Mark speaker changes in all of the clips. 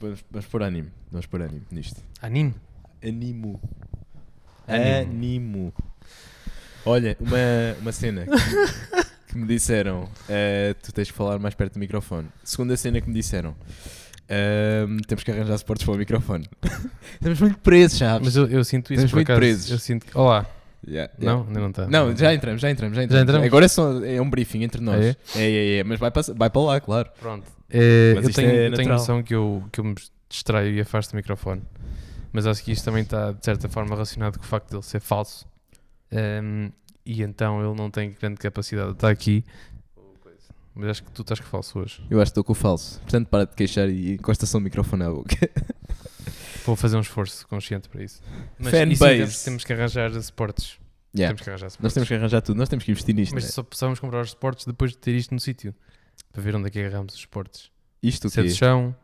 Speaker 1: Vamos, vamos pôr ânimo. Vamos pôr ânimo nisto.
Speaker 2: Anime?
Speaker 1: Animo.
Speaker 2: Ânimo.
Speaker 1: Animo. Olha, uma, uma cena que, que me disseram. eh, tu tens que falar mais perto do microfone. Segunda cena que me disseram. ehm, temos que arranjar suportes para o microfone. Estamos muito presos, sabes?
Speaker 2: Mas eu, eu sinto isso
Speaker 1: Estamos
Speaker 2: por
Speaker 1: muito
Speaker 2: acaso.
Speaker 1: presos.
Speaker 2: Eu sinto. que- Olá.
Speaker 1: Yeah, yeah.
Speaker 2: Não, ainda não tá. está.
Speaker 1: Não, já entramos, já entramos, já entramos.
Speaker 2: entramos?
Speaker 1: Agora é, só, é um briefing entre nós.
Speaker 2: É?
Speaker 1: É, é, é, mas vai para, vai para lá, claro.
Speaker 2: Pronto. É,
Speaker 1: Mas
Speaker 2: eu,
Speaker 1: isto
Speaker 2: tenho,
Speaker 1: é
Speaker 2: eu tenho
Speaker 1: natural.
Speaker 2: noção que eu, que eu me distraio e afasto o microfone. Mas acho que isto também está, de certa forma, relacionado com o facto de ele ser falso. Ahm, e então ele não tem grande capacidade de estar aqui. Mas acho que tu estás que falso hoje.
Speaker 1: Eu acho que estou com o falso. Portanto, para de queixar e encosta só o microfone à boca.
Speaker 2: Vou fazer um esforço consciente para isso. Mas
Speaker 1: Fan
Speaker 2: isso
Speaker 1: base.
Speaker 2: Temos, temos que arranjar suportes.
Speaker 1: Yeah.
Speaker 2: Temos que arranjar suportes.
Speaker 1: Nós temos que arranjar tudo, nós temos que investir nisto.
Speaker 2: Mas
Speaker 1: né?
Speaker 2: só precisamos comprar os suportes depois de ter isto no sítio. Para ver onde é que agarramos os suportes.
Speaker 1: Isto o
Speaker 2: Set
Speaker 1: quê?
Speaker 2: de chão,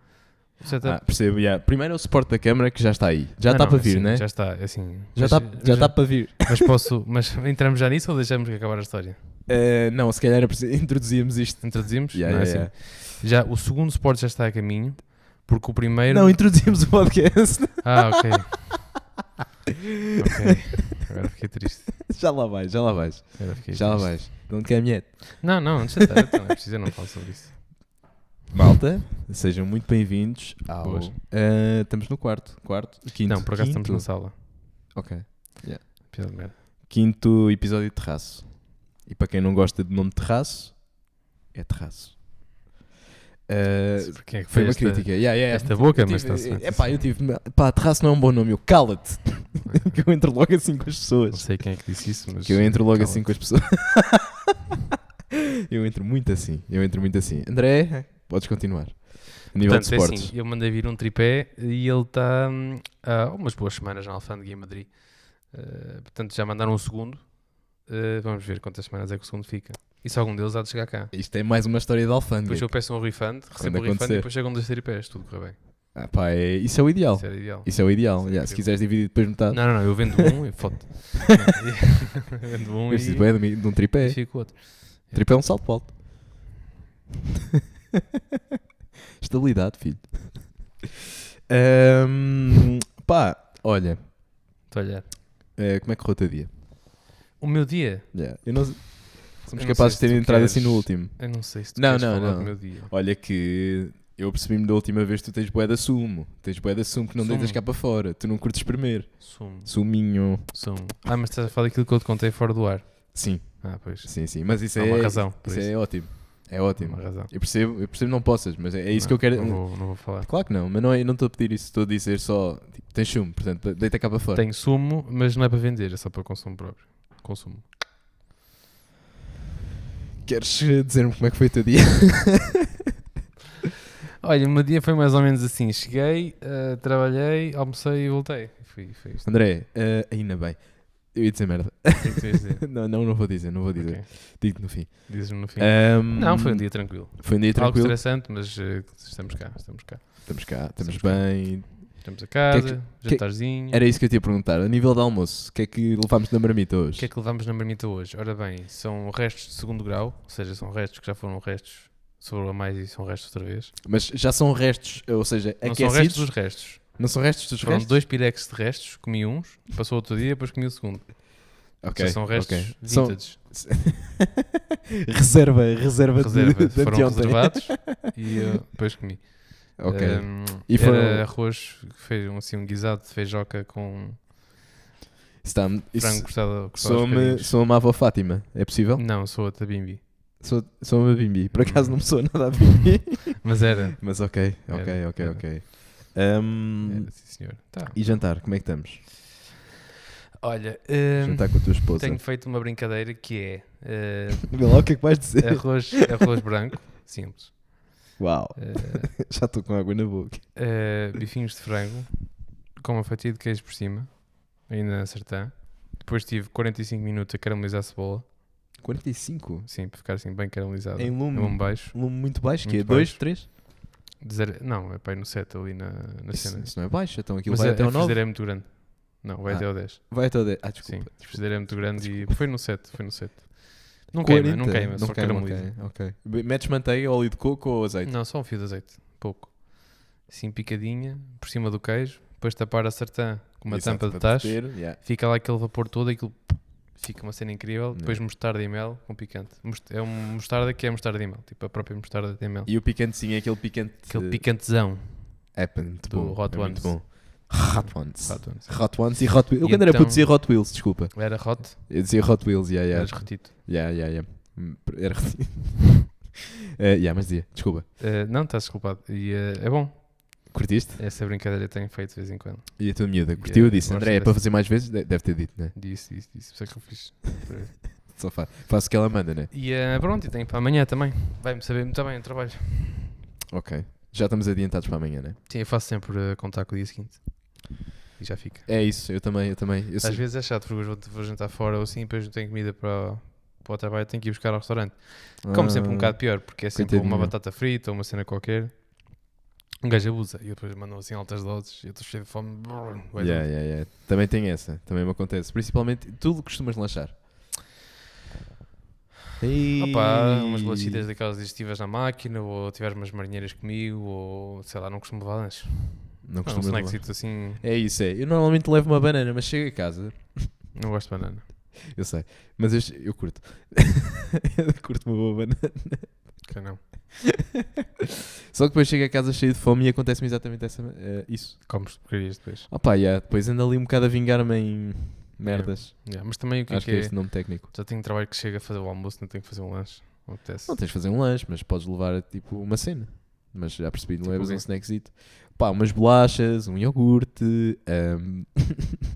Speaker 2: setup.
Speaker 1: Ah, percebo, yeah. Primeiro é o suporte da câmara que já está aí. Já
Speaker 2: Não,
Speaker 1: está
Speaker 2: não,
Speaker 1: para vir,
Speaker 2: assim,
Speaker 1: né?
Speaker 2: Já está, assim.
Speaker 1: Já
Speaker 2: mas-
Speaker 1: está
Speaker 2: mas-
Speaker 1: já tá- está para vir.
Speaker 2: Mas posso. Mas entramos já nisso ou deixamos que acabar a história?
Speaker 1: Eh, não, se calhar era preciso- introduzíamos isto.
Speaker 2: Introduzimos?
Speaker 1: Yeah,
Speaker 2: Não é
Speaker 1: yeah,
Speaker 2: assim? Já, o segundo suporte já está a caminho. Porque o primeiro.
Speaker 1: Não, introduzimos o podcast.
Speaker 2: Ah, ok. ok. Agora fiquei triste.
Speaker 1: já lá vais, já lá vais.
Speaker 2: Agora fiquei
Speaker 1: Já lá
Speaker 2: triste.
Speaker 1: vais. Não te caminhete.
Speaker 2: Não, não, antes de estar, não é preciso, eu não falo sobre isso.
Speaker 1: Malta, sejam muito bem-vindos ao.
Speaker 2: Boas.
Speaker 1: Eh, estamos no quarto. Quarto? Quinto.
Speaker 2: não, por acaso estamos
Speaker 1: Quinto?
Speaker 2: na sala.
Speaker 1: Ok.
Speaker 2: Piada de merda.
Speaker 1: Quinto episódio de terraço. E para quem não gosta do nome terraço, é terraço. Eh,
Speaker 2: Sobre quem é que
Speaker 1: foi uma
Speaker 2: esta-
Speaker 1: crítica. Yeah, yeah,
Speaker 2: esta boca, é
Speaker 1: eu
Speaker 2: mas
Speaker 1: tive-
Speaker 2: está-se bem,
Speaker 1: eh, Epá,
Speaker 2: está-se
Speaker 1: eu tive. Pá, terraço não é um bom nome. Eu cala-te. que eu entro logo assim com as
Speaker 2: Não
Speaker 1: pessoas.
Speaker 2: sei quem é que disse isso, mas.
Speaker 1: Que eu entro logo
Speaker 2: Cala-te.
Speaker 1: assim com as pessoas. eu entro muito assim. Eu entro muito assim. André, podes continuar. A nível
Speaker 2: Portanto,
Speaker 1: de
Speaker 2: é
Speaker 1: esportes.
Speaker 2: assim, eu mandei vir um tripé e ele está hum, há umas boas semanas na Alfândega em Madrid. Uh, portanto, já mandaram um segundo. Uh, vamos ver quantas semanas é que o segundo fica. E se algum deles há de chegar cá.
Speaker 1: Isto é mais uma história de alfândega.
Speaker 2: Depois eu peço um refund, recebo um refund
Speaker 1: acontecer.
Speaker 2: e depois chegam dois tripés, tudo corre bem.
Speaker 1: Ah, pá, é- isso é o ideal.
Speaker 2: Isso era ideal.
Speaker 1: Isso é o ideal.
Speaker 2: Isso é
Speaker 1: yeah, se
Speaker 2: incrível.
Speaker 1: quiseres dividir depois metade,
Speaker 2: Não, não, não, eu vendo um e foto. Não, eu vendo um
Speaker 1: mas isso
Speaker 2: e,
Speaker 1: é de mim- de um
Speaker 2: e
Speaker 1: tripé.
Speaker 2: fico outro.
Speaker 1: Tripé é um salto alto. Estabilidade, filho. Ahm, pá, olha,
Speaker 2: Estou a olhar.
Speaker 1: eh, como é que correu o teu dia?
Speaker 2: O meu dia,
Speaker 1: Yeah, eu não- somos
Speaker 2: Eu não
Speaker 1: capazes de
Speaker 2: sei se
Speaker 1: ter
Speaker 2: tu
Speaker 1: entrado
Speaker 2: queres-
Speaker 1: assim no último.
Speaker 2: eu não sei se tu
Speaker 1: Não,
Speaker 2: queres
Speaker 1: não,
Speaker 2: falar
Speaker 1: não.
Speaker 2: do meu dia.
Speaker 1: Olha que eu percebi-me da última vez que tu tens boé de sumo. Tens boé de sumo que não
Speaker 2: Sumo.
Speaker 1: deitas cá para fora. Tu não curtes primeiro.
Speaker 2: Sumo,
Speaker 1: Suminho.
Speaker 2: sumo. Ah, mas estás a falar daquilo que eu te contei fora do ar.
Speaker 1: Sim,
Speaker 2: Ah, pois.
Speaker 1: sim, sim. Mas isso
Speaker 2: Há
Speaker 1: é,
Speaker 2: uma razão. por
Speaker 1: isso
Speaker 2: isso.
Speaker 1: é ótimo. É
Speaker 2: Tem
Speaker 1: ótimo.
Speaker 2: uma razão.
Speaker 1: Eu percebo, eu percebo não possas, mas é, é isso
Speaker 2: Não,
Speaker 1: que eu quero.
Speaker 2: Não vou, não vou falar.
Speaker 1: Claro que não, mas não, é- eu não estou a pedir isso, estou a dizer só. Tipo, tens sumo, portanto, deita cá para fora.
Speaker 2: Tem sumo, mas não é para vender, é só para consumo próprio. Consumo.
Speaker 1: Queres eh, dizer-me como é que foi o teu dia?
Speaker 2: Olha, o meu dia foi mais ou menos assim. Cheguei, eh, trabalhei, almocei e voltei. Foi, foi isto.
Speaker 1: André, eh, ainda bem. Eu ia dizer merda.
Speaker 2: O que é que tu ias dizer?
Speaker 1: não, não, não vou dizer, não vou dizer.
Speaker 2: Ok,
Speaker 1: Digo-te no fim.
Speaker 2: Dizes-me no fim.
Speaker 1: Ahm,
Speaker 2: não, foi um dia tranquilo.
Speaker 1: Foi um dia
Speaker 2: Algo
Speaker 1: tranquilo.
Speaker 2: estressante, mas eh, estamos cá, estamos cá.
Speaker 1: Estamos cá, estamos
Speaker 2: Estamos cá.
Speaker 1: bem.
Speaker 2: Estamos a
Speaker 1: Que
Speaker 2: casa,
Speaker 1: é que-
Speaker 2: jantarzinho.
Speaker 1: Era isso que eu te ia perguntar. A nível de almoço, o que é que levámos na marmita
Speaker 2: O que é
Speaker 1: hoje?
Speaker 2: que levamos na marmita hoje? Ora bem, são restos de segundo grau, ou seja, são restos que já foram restos, sobrou a mais e são restos outra vez.
Speaker 1: Mas já são restos, ou seja,
Speaker 2: Não
Speaker 1: aquecidos.
Speaker 2: são restos dos restos.
Speaker 1: Não são restos dos
Speaker 2: Foram
Speaker 1: restos?
Speaker 2: dois pirex de restos, comi uns, passou outro dia, depois comi o segundo.
Speaker 1: Ok,
Speaker 2: Só são restos
Speaker 1: ok. São-
Speaker 2: vintage.
Speaker 1: reserva, reserva, de-
Speaker 2: reserva.
Speaker 1: de
Speaker 2: Foram
Speaker 1: anteontem.
Speaker 2: reservados e eh, depois comi.
Speaker 1: Ok.
Speaker 2: Ahm,
Speaker 1: E
Speaker 2: era
Speaker 1: foram-
Speaker 2: arroz, que fez um, assim, um guisado de feijoca com
Speaker 1: Está, isso,
Speaker 2: frango cortado, cortado aos
Speaker 1: Sou-me
Speaker 2: bocadinhos.
Speaker 1: sou uma avó Fátima, é possível?
Speaker 2: Não, sou a Tabimbi.
Speaker 1: Sou, sou uma bimbi,
Speaker 2: Hum.
Speaker 1: por acaso não me sou nada a bimbi.
Speaker 2: Mas era.
Speaker 1: Mas ok, ok,
Speaker 2: Era,
Speaker 1: ok,
Speaker 2: era.
Speaker 1: ok. Ahm,
Speaker 2: era sim, senhor. Tá.
Speaker 1: Hum. e jantar, como é que estamos?
Speaker 2: Olha, ahm,
Speaker 1: Jantar com a tua esposa.
Speaker 2: tenho feito uma brincadeira que é eh,
Speaker 1: Vê lá o que é que vais dizer.
Speaker 2: arroz, arroz branco, simples.
Speaker 1: Uau,
Speaker 2: Eh,
Speaker 1: já estou com água na boca.
Speaker 2: Uh, bifinhos de frango com uma fatia de queijo por cima, ainda na sertã. Depois tive 45 minutos a caramelizar a cebola,
Speaker 1: 45?
Speaker 2: sim, para ficar assim bem caramelizado.
Speaker 1: Em lume.
Speaker 2: um baixo.
Speaker 1: Lume muito baixo, que é
Speaker 2: Muito
Speaker 1: 2,
Speaker 2: baixo.
Speaker 1: 3?
Speaker 2: De zero- Não, é para ir no 7 ali na, na
Speaker 1: Isso,
Speaker 2: cena.
Speaker 1: isso não é baixo, então aquilo
Speaker 2: Mas
Speaker 1: vai
Speaker 2: a,
Speaker 1: até
Speaker 2: a
Speaker 1: ao 9.
Speaker 2: frigideira é muito grande. Não, vai
Speaker 1: Ah,
Speaker 2: até ao 10.
Speaker 1: Vai até ao 10. Ah,
Speaker 2: Sim,
Speaker 1: desculpa.
Speaker 2: a frigideira é muito grande e foi no 7, foi no 7. Não
Speaker 1: 40,
Speaker 2: queima, não queima, só
Speaker 1: queima,
Speaker 2: carameliza.
Speaker 1: ok, ok. Metes manteiga, óleo de coco ou azeite?
Speaker 2: Não, só um fio de azeite, pouco. assim picadinha, por cima do queijo, depois tapar a sartã com uma
Speaker 1: Exato,
Speaker 2: tampa de
Speaker 1: para
Speaker 2: tacho,
Speaker 1: derreter, yeah.
Speaker 2: fica lá aquele vapor todo, aquilo fica uma cena incrível. Depois mostarda e mel com picante. Mos- É uma mostarda que é mostarda e mel, tipo a própria mostarda e mel.
Speaker 1: E o picantezinho é aquele picante.
Speaker 2: Aquele picantezão.
Speaker 1: É muito
Speaker 2: do
Speaker 1: bom.
Speaker 2: Tipo, Hot
Speaker 1: é muito
Speaker 2: Ones.
Speaker 1: bom. Hot Ones.
Speaker 2: Pá, tu não sei.
Speaker 1: Hot Ones e Hot Wheels. Eu
Speaker 2: E
Speaker 1: quando era puto
Speaker 2: então-
Speaker 1: dizia Hot Wheels, desculpa.
Speaker 2: Era hot,
Speaker 1: Eu dizia Hot Wheels, yeah,
Speaker 2: eras
Speaker 1: yeah.
Speaker 2: retito.
Speaker 1: Yeah, yeah, yeah. Hum, Era repetido. Eh, yeah, mas dizia, desculpa.
Speaker 2: Eh, não, estás desculpado. E eh, é bom.
Speaker 1: Curtiste?
Speaker 2: Essa brincadeira eu tenho feito de vez em quando.
Speaker 1: E a tua miúda curtiu?
Speaker 2: Yeah,
Speaker 1: disse,
Speaker 2: gosto
Speaker 1: André, é
Speaker 2: dessa.
Speaker 1: para fazer mais vezes? De- Deve ter dito, né?
Speaker 2: Disse, disse, disse. Por isso é que eu fiz.
Speaker 1: Só fa- faço o que ela manda, né?
Speaker 2: E eh, pronto, e tenho para amanhã também. Vai-me saber muito bem o trabalho.
Speaker 1: Ok. Já estamos adiantados para amanhã, né?
Speaker 2: Sim, eu faço sempre eh, contar com o dia seguinte. E já fica.
Speaker 1: É isso, eu também, eu também. Eu
Speaker 2: Às
Speaker 1: sei-
Speaker 2: vezes é chato, porque eu vou, vou jantar fora ou assim, depois não tenho comida para, para o trabalho, tenho que ir buscar ao restaurante. Como sempre, um
Speaker 1: Ah,
Speaker 2: bocado pior, porque é sempre
Speaker 1: coitadinho.
Speaker 2: uma batata frita ou uma cena qualquer. Um gajo abusa e eu depois mandam assim altas doses e eu estou cheio de fome. brrr, vai
Speaker 1: Yeah,
Speaker 2: tudo.
Speaker 1: yeah, yeah. Também tem essa, também me acontece. Principalmente, tu costumas lanchar?
Speaker 2: Opa,
Speaker 1: Ei.
Speaker 2: umas bolachitas daquelas digestivas na máquina, ou tiveres umas marinheiras comigo, ou sei lá, não costumo levar lanches.
Speaker 1: Não
Speaker 2: Não, um
Speaker 1: costumas lanchar.
Speaker 2: snackzito assim,
Speaker 1: É isso, é. Eu normalmente levo uma banana, mas chego a casa,
Speaker 2: não gosto de banana.
Speaker 1: eu sei, mas eu, eu curto. eu curto uma boa banana.
Speaker 2: Que não,
Speaker 1: Só que depois chego a casa cheio de fome e acontece-me exatamente essa, eh, isso.
Speaker 2: comes porcarias depois.
Speaker 1: Opa, yeah, depois ando ali um bocado a vingar-me em merdas.
Speaker 2: Yeah, mas também o que
Speaker 1: Acho que é
Speaker 2: é que é?
Speaker 1: este o nome técnico.
Speaker 2: Já tenho trabalho que chega a fazer o almoço, não tenho que fazer um lanche. Não apetece.
Speaker 1: Não tens de fazer um lanche, mas podes levar tipo uma cena. Mas já percebi, não
Speaker 2: Tipo
Speaker 1: levas
Speaker 2: o quê?
Speaker 1: um snackzito. Pá, umas bolachas, um iogurte. ahm,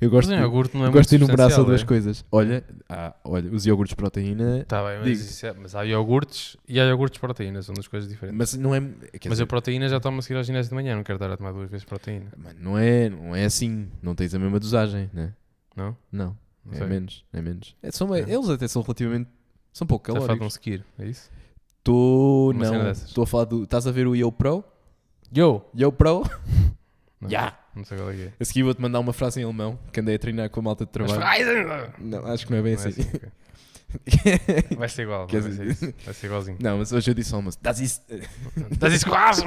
Speaker 1: eu
Speaker 2: Mas
Speaker 1: gosto,
Speaker 2: um
Speaker 1: de-
Speaker 2: iogurte não é
Speaker 1: gosto de
Speaker 2: muito
Speaker 1: enumerar só
Speaker 2: substancial,
Speaker 1: duas
Speaker 2: é?
Speaker 1: coisas. Olha, ah, olha, os iogurtes de proteína.
Speaker 2: Tá bem, mas,
Speaker 1: Digo.
Speaker 2: isso é- mas há iogurtes e há iogurtes de proteína, são duas coisas diferentes.
Speaker 1: Mas não é. Quer
Speaker 2: mas
Speaker 1: dizer,
Speaker 2: a proteína já tomo a seguir ao ginásio de manhã, não quero estar a tomar duas vezes proteína,
Speaker 1: mano, não, é, não é assim. Não tens a mesma dosagem, né?
Speaker 2: não?
Speaker 1: Não,
Speaker 2: não
Speaker 1: é
Speaker 2: sei.
Speaker 1: menos. É menos. É, são,
Speaker 2: É.
Speaker 1: Eles até são relativamente. São pouco
Speaker 2: Está a falar de um
Speaker 1: calóricos.
Speaker 2: seguir, é isso?
Speaker 1: Estou.
Speaker 2: Uma cena
Speaker 1: Não.
Speaker 2: dessas.
Speaker 1: Estou a falar do. Estás a ver o Yo Pro?
Speaker 2: Yo!
Speaker 1: Yo Pro?
Speaker 2: Não,
Speaker 1: Ya.
Speaker 2: não sei qual é que é.
Speaker 1: A seguir vou-te mandar uma frase em alemão que andei a treinar com a malta de trabalho. Não, acho que não é bem
Speaker 2: Não é
Speaker 1: assim.
Speaker 2: assim, ok. Vai ser igual,
Speaker 1: Quer
Speaker 2: não é assim. vai ser
Speaker 1: dizer-
Speaker 2: isso. Vai ser igualzinho.
Speaker 1: não, mas hoje eu disse almoço. Das ist.
Speaker 2: Estás isso quase!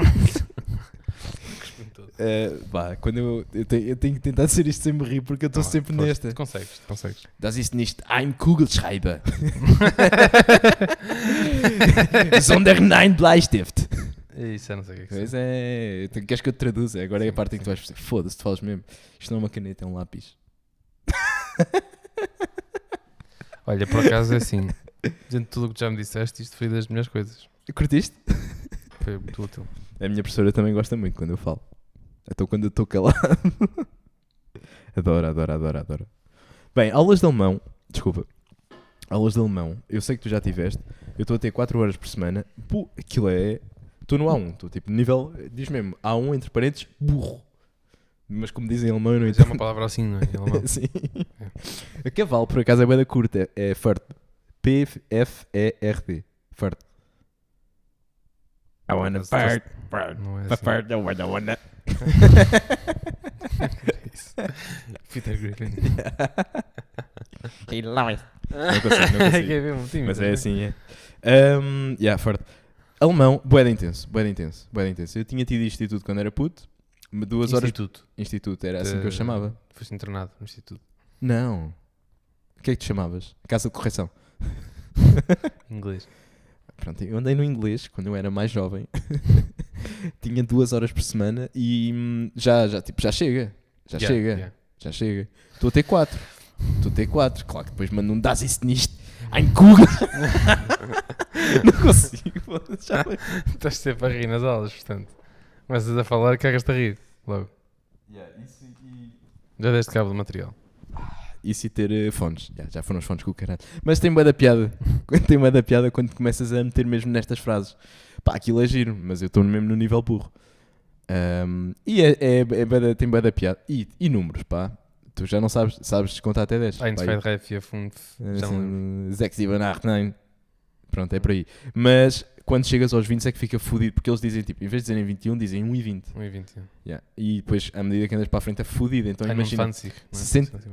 Speaker 1: Eh, vá, quando eu, eu, te- eu tenho que tentar dizer isto sem me rir porque eu
Speaker 2: Tá
Speaker 1: estou sempre nesta.
Speaker 2: Consegues, consegues.
Speaker 1: Das ist nicht ein Kugelschreiber, sondern ein Bleistift.
Speaker 2: Isso, eu não sei o que é que
Speaker 1: Pois
Speaker 2: seja.
Speaker 1: é, tu- queres que eu te traduza? Agora é a
Speaker 2: Sim,
Speaker 1: parte em que tu
Speaker 2: sim.
Speaker 1: vais perceber. Foda-se, tu falas mesmo. Isto não é uma caneta, é um lápis.
Speaker 2: Olha, por acaso é assim. Dentro de tudo o que já me disseste, isto foi das melhores coisas.
Speaker 1: Curtiste?
Speaker 2: Foi muito útil.
Speaker 1: A minha professora também gosta muito quando eu falo. Então quando eu estou calado. adoro, adoro, adoro, adoro. Bem, aulas de alemão. Desculpa. Aulas de alemão. Eu sei que tu já tiveste. Eu estou a ter 4 horas por semana. Pu, aquilo é. Estou no A1. Estou tipo nível. Diz mesmo A1 entre parênteses, burro. Mas como dizem em alemão, eu não
Speaker 2: Mas é
Speaker 1: entendo.
Speaker 2: uma palavra assim, não é? Em alemão.
Speaker 1: Sim. A cavalo, por acaso, é bem da curta. É Fert. P-F-E-R-D. Fert. I wanna fart. Fart.
Speaker 2: Não é
Speaker 1: The
Speaker 2: assim.
Speaker 1: fart, I wanna, wanna.
Speaker 2: É Isso. Peter Griffin.
Speaker 1: He lies. Não consigo, não consigo.
Speaker 2: Quer ver um time?
Speaker 1: Mas é assim, é. Um, yeah, forte. Alemão, boeda intenso, boeda intenso, boeda intenso. Eu tinha tido instituto quando era puto, mas duas horas.
Speaker 2: Instituto.
Speaker 1: Instituto, era assim que eu
Speaker 2: Eh,
Speaker 1: chamava.
Speaker 2: Foste internado no instituto.
Speaker 1: Não. O que é que te chamavas? Casa de correção.
Speaker 2: Inglês.
Speaker 1: Pronto, eu andei no inglês quando eu era mais jovem. tinha duas horas por semana e hum, já, já, tipo, já chega. Já
Speaker 2: Yeah,
Speaker 1: chega.
Speaker 2: yeah.
Speaker 1: Já chega. Estou a ter 4. Estou a ter 4. Claro que depois mando um das isso nisto. Ai, Google. Não consigo. foda-se, já foi.
Speaker 2: Estás sempre a rir nas aulas, portanto. Começas a falar, cagas-te a rir. Logo. Já deste cabo do material.
Speaker 1: Isso e ter eh, fones. Já, já foram os fones com o caralho. Mas tem bué da piada. Quando tem bué da piada quando começas a meter mesmo nestas frases. Pá, aquilo é giro, mas eu estou mesmo no nível burro. Ahm, e é, é, é bué da- tem bué da piada. E, e números, pá. Tu já não sabes, sabes contar até 10.
Speaker 2: Eins,
Speaker 1: pá,
Speaker 2: zwei, drei, vier, fünf.
Speaker 1: É
Speaker 2: Já me lembro.
Speaker 1: assim, Zex e Van Aert, não. Pronto, é por aí. Mas quando chegas aos 20 é que fica fodido, porque eles dizem tipo, em vez de dizerem 21, dizem 1 e 20.
Speaker 2: 1 e 20. Então,
Speaker 1: Yeah. E depois, à medida que andas para a frente, é fodido. Então
Speaker 2: Ein
Speaker 1: imagina,
Speaker 2: Fancy. Não, é?
Speaker 1: 60
Speaker 2: Não sei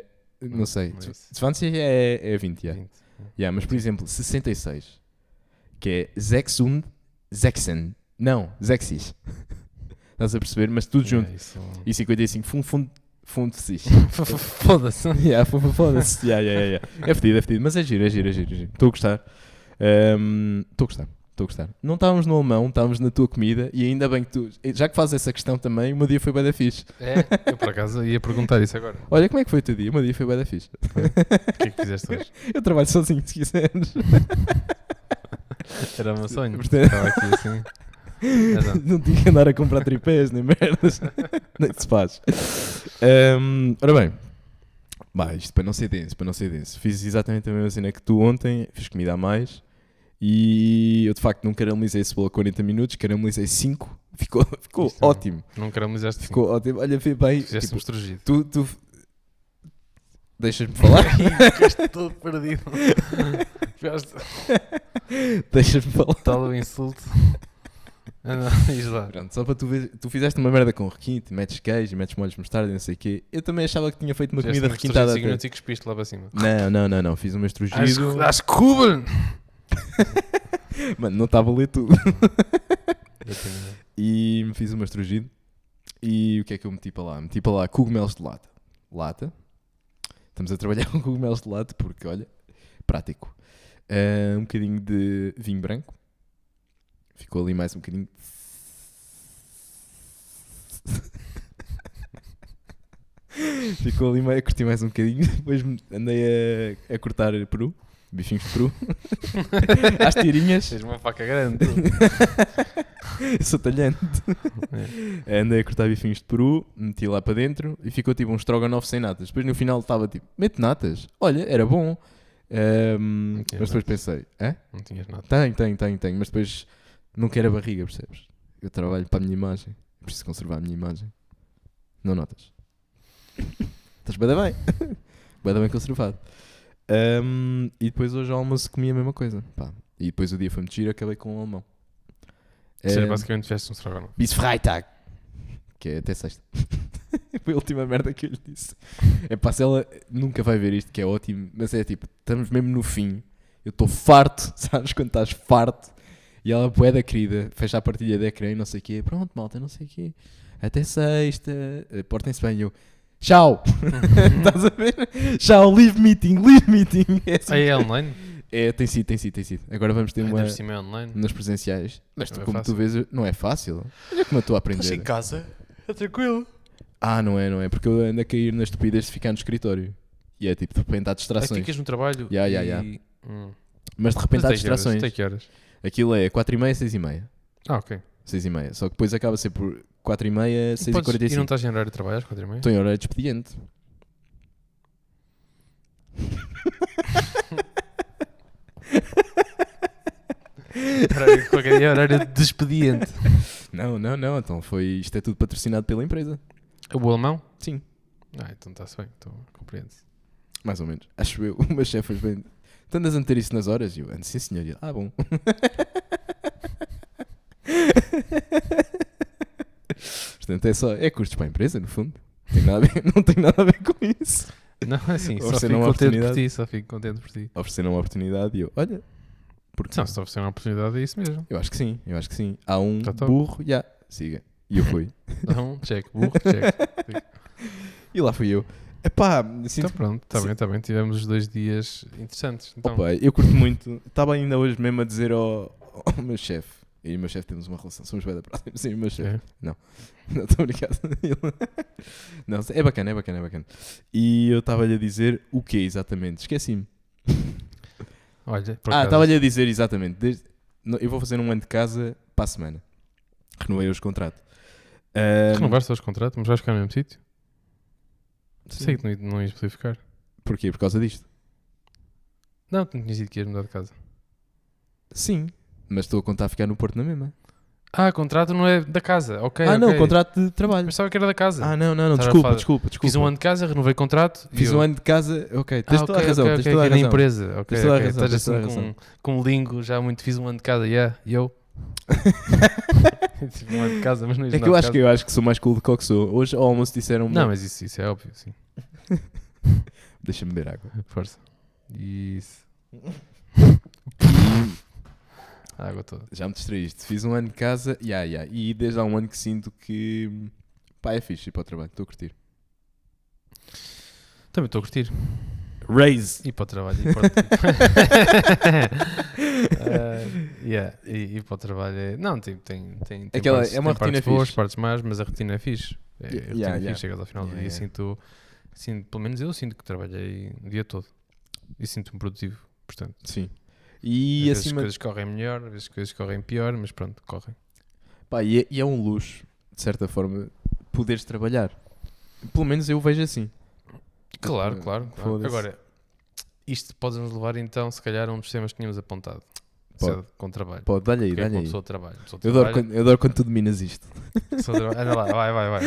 Speaker 2: se
Speaker 1: não,
Speaker 2: não
Speaker 1: sei,
Speaker 2: é isso.
Speaker 1: 20 é, é 20,
Speaker 2: é
Speaker 1: yeah.
Speaker 2: 20.
Speaker 1: Yeah, mas por exemplo, 66, que é Zexund, Zexen, Não, Zexis. Estás a perceber? Mas tudo junto.
Speaker 2: É isso.
Speaker 1: E 55, fundo, fundo, fundo, cis.
Speaker 2: Foda-se.
Speaker 1: yeah, fo- fo- foda-se. Yeah, yeah, yeah, yeah. É fedido, é fedido. Mas é giro, é giro, é giro. é giro. Estou a gostar. Ahm, Estou a gostar. Estou a gostar. Não estávamos no alemão, estávamos na tua comida e ainda bem que tu. Já que fazes essa questão também, o meu dia foi bem da fixe.
Speaker 2: É, eu por acaso ia perguntar isso agora.
Speaker 1: Olha como é que foi o teu dia, o meu dia foi bem da fixe.
Speaker 2: O que é que fizeste hoje?
Speaker 1: Eu trabalho sozinho se quiseres.
Speaker 2: Era o meu sonho.
Speaker 1: Portanto-
Speaker 2: Estava aqui assim. Mas não.
Speaker 1: Não tinha que andar a comprar tripés nem merdas. nem se faz. Ahm, ora bem, bah, isto para não ser denso, para não ser denso. Fiz exatamente a mesma cena que tu ontem, fiz comida a mais e eu de facto não caramelizei a cebola 40 minutos, caramelizei 5, ficou, ficou
Speaker 2: Isto é-
Speaker 1: ótimo.
Speaker 2: Não caramelizaste. assim.
Speaker 1: Ficou ótimo. Olha, vê bem.
Speaker 2: Fizeste-me
Speaker 1: tipo,
Speaker 2: estrugido.
Speaker 1: tu tu deixas-me falar?
Speaker 2: Ficaste todo perdido. Ficaste
Speaker 1: deixas-me falar.
Speaker 2: tal o insulto. Ah, não, diz lá.
Speaker 1: Pronto, só para tu ver, tu fizeste uma merda com requinte, metes queijo, metes molhos de mostarda, e não sei o quê. Eu também achava que tinha feito uma
Speaker 2: Fizeste
Speaker 1: comida requintada.
Speaker 2: 5
Speaker 1: até.
Speaker 2: minutos e cuspiste lá para cima.
Speaker 1: Não, não, não, não. Fiz um estrugido.
Speaker 2: Acho Cuban!
Speaker 1: Mano, não estava a ler tudo. E fiz um estrugido. E o que é que eu meti para lá? Meti para lá cogumelos de lata. Lata. Estamos a trabalhar com cogumelos de lata porque, olha, prático. Ah, um bocadinho de vinho branco. Ficou ali mais um bocadinho. Ficou ali, meio- curti mais um bocadinho. Depois me- andei a, a cortar peru, bichinhos de peru, às tirinhas.
Speaker 2: Tens uma faca grande. tu.
Speaker 1: Eu sou talhante. É. Andei a cortar bifinhos de peru, meti lá para dentro e ficou tipo um estrogonofe sem natas. Depois no final estava tipo, mete natas. Olha, era bom. Ahm,
Speaker 2: Não tinha
Speaker 1: mas depois pensei, é?
Speaker 2: Não tinhas nada.
Speaker 1: Tenho, tenho, tenho, tenho. Mas depois não quero a barriga, percebes? Eu trabalho para a minha imagem. Eu preciso conservar a minha imagem. Não notas. Estás bem, bem. Bem, bem conservado. Ahm, e depois hoje ao almoço comi a mesma coisa. Pá. E depois o dia foi muito giro, acabei com o alemão.
Speaker 2: Ou seja,
Speaker 1: Ahm,
Speaker 2: basicamente fizeste um estrago.
Speaker 1: bis Freitag. Que é até sexta. Foi a última merda que eu lhe disse. É pá, se ela nunca vai ver isto, que é ótimo, mas é tipo, estamos mesmo no fim. Eu estou farto, sabes quando estás farto? E ela, boeda querida, fecha a partilha de ecrã e não sei o quê. Pronto, malta, não sei o quê. Até sexta. Eh, Portem-se bem. Eu, tchau. Estás a ver? Tchau, leave meeting, leave meeting. É, assim.
Speaker 2: Ah, é online?
Speaker 1: É, tem sido, tem sido, tem sido. Agora vamos ter
Speaker 2: Ainda
Speaker 1: uma
Speaker 2: por cima é online.
Speaker 1: nas presenciais. Mas tu,
Speaker 2: Não é
Speaker 1: como
Speaker 2: fácil.
Speaker 1: tu vês, não é fácil. Olha como eu estou a aprender.
Speaker 2: casa. É tranquilo.
Speaker 1: Ah, não é, não é. Porque eu ando a cair nas estupidez de ficar no escritório. E é tipo, de repente há
Speaker 2: Aí
Speaker 1: distrações.
Speaker 2: Ah, ficas no trabalho.
Speaker 1: Ya, ya,
Speaker 2: e-
Speaker 1: ya.
Speaker 2: Hum.
Speaker 1: Mas de repente há
Speaker 2: Mas tem que horas?
Speaker 1: distrações.
Speaker 2: Tem que horas?
Speaker 1: Aquilo é 4h30, 6h30.
Speaker 2: Ah, ok.
Speaker 1: 6h30. Só que depois acaba a ser por 4h30,
Speaker 2: Podes- um E
Speaker 1: 6h45.
Speaker 2: não estás em horário de trabalho às 4h30?
Speaker 1: Estou em hora Então é de expediente.
Speaker 2: Horário de qualquer dia, horário de expediente.
Speaker 1: Não, não, não. Então foi. Isto é tudo patrocinado pela empresa.
Speaker 2: O alemão?
Speaker 1: Sim.
Speaker 2: Ah, então está-se bem. Então compreende-se.
Speaker 1: Mais ou menos. Acho eu. O meu chefe fez bem. Tu andas a meter isso nas horas? E eu ando, sim senhor. E ele, ah, bom. Portanto, é só. É custos para a empresa, no fundo. Tem nada a ver- não tem nada a ver com isso.
Speaker 2: Não, é assim. Só
Speaker 1: Ofereceram
Speaker 2: fico
Speaker 1: uma
Speaker 2: contente por
Speaker 1: oportunidade.
Speaker 2: ti. Só fico contente por ti.
Speaker 1: Ofereceram uma oportunidade e eu, olha. Porque
Speaker 2: Não, se te oferecer uma oportunidade, é isso mesmo.
Speaker 1: Eu acho que sim, eu acho que sim. Há um
Speaker 2: Tá top.
Speaker 1: burro, já. Siga. E eu fui.
Speaker 2: Não, check, Então, burro, check.
Speaker 1: e lá fui eu. Epá, sinto
Speaker 2: Então pronto, está
Speaker 1: Sim.
Speaker 2: bem, está bem. Tivemos os dois dias interessantes. Então,
Speaker 1: Opa, eu curto muito. Estava ainda hoje mesmo a dizer ao, ao meu chefe. Eu e o meu chefe temos uma relação. Somos bem da próxima. Sim, o meu chefe.
Speaker 2: é.
Speaker 1: Não, estou brincado. Não, é bacana, é bacana, é bacana. E eu estava-lhe a dizer o quê exatamente? Esqueci-me.
Speaker 2: Olha, por
Speaker 1: Ah,
Speaker 2: acaso,
Speaker 1: estava-lhe a dizer exatamente. desde- não, eu vou fazer um ano de casa para a semana. Renovei hoje o contrato. Ahm,
Speaker 2: Renovaste os contratos, mas vais ficar no mesmo sítio?
Speaker 1: sim.
Speaker 2: Sei que não, não ias poder ficar.
Speaker 1: Porquê? Por causa disto?
Speaker 2: Não, tu não tinhas dito que ias mudar de casa.
Speaker 1: Sim. Mas estou a contar ficar no Porto na mesma.
Speaker 2: Ah, contrato não é da casa, ok.
Speaker 1: ah, não,
Speaker 2: ok.
Speaker 1: contrato de trabalho.
Speaker 2: Pensava que era da casa.
Speaker 1: Ah, não, não, não.
Speaker 2: Estava a
Speaker 1: Desculpa,
Speaker 2: falar-
Speaker 1: desculpa, desculpa.
Speaker 2: Fiz um ano de casa, renovei o contrato. e
Speaker 1: Fiz
Speaker 2: eu-
Speaker 1: um ano de casa, ok,
Speaker 2: Ah,
Speaker 1: tens toda
Speaker 2: ok,
Speaker 1: a razão,
Speaker 2: ok,
Speaker 1: tens
Speaker 2: ok,
Speaker 1: toda a
Speaker 2: que é na
Speaker 1: razão.
Speaker 2: empresa, ok.
Speaker 1: Tens toda a
Speaker 2: ok,
Speaker 1: razão, tens
Speaker 2: Estás
Speaker 1: toda a
Speaker 2: assim com, com um lingo já muito. Fiz um ano de casa, yeah, e eu. Fiz um ano de casa, mas não ias
Speaker 1: É que
Speaker 2: mudar
Speaker 1: eu
Speaker 2: de
Speaker 1: acho que
Speaker 2: casa.
Speaker 1: eu acho que sou mais cool do que eu que sou. Hoje ao almoço disseram-me,
Speaker 2: Não, mas isso, isso é óbvio, sim.
Speaker 1: deixa-me beber água.
Speaker 2: Hum. Força. Isso. a água toda.
Speaker 1: Já me distraíste. Fiz um ano de casa, yeah, yeah. e desde há um ano que sinto que pá, é fixe ir para o trabalho, estou a curtir.
Speaker 2: Também estou a curtir.
Speaker 1: Raise!
Speaker 2: E para o trabalho. E para o tipo. Ah, yeah, e, e para o trabalho é. Não, tipo, tem, tem, tem
Speaker 1: Aquela-
Speaker 2: partes,
Speaker 1: é uma
Speaker 2: tem partes
Speaker 1: rotina
Speaker 2: boas,
Speaker 1: fixe.
Speaker 2: partes más, mas a rotina é fixe. É, a
Speaker 1: Yeah,
Speaker 2: rotina
Speaker 1: yeah,
Speaker 2: é
Speaker 1: yeah.
Speaker 2: fixe. Chegas ao final do
Speaker 1: Yeah,
Speaker 2: dia e
Speaker 1: yeah.
Speaker 2: sinto, sinto. Pelo menos eu sinto que trabalhei o dia todo. E sinto-me produtivo. Portanto,
Speaker 1: Sim.
Speaker 2: e
Speaker 1: E
Speaker 2: às vezes
Speaker 1: acima.
Speaker 2: as coisas correm melhor, às vezes as coisas correm pior, mas pronto, correm.
Speaker 1: Pá, e, é, e é um luxo, de certa forma, poderes trabalhar. Pelo menos eu vejo assim.
Speaker 2: Claro,
Speaker 1: Eh,
Speaker 2: claro. claro.
Speaker 1: foda-se.
Speaker 2: Agora, isto pode nos levar então, se calhar, a um dos temas que tínhamos apontado.
Speaker 1: Pode.
Speaker 2: Cedo, com trabalho.
Speaker 1: Pô, dá-lhe aí,
Speaker 2: Porque é que
Speaker 1: dá-lhe
Speaker 2: uma
Speaker 1: aí.
Speaker 2: pessoa trabalha. Uma pessoa
Speaker 1: Eu adoro,
Speaker 2: trabalha-
Speaker 1: quando, eu adoro quando tu dominas isto.
Speaker 2: pessoa traba- Anda lá, vai, vai, vai.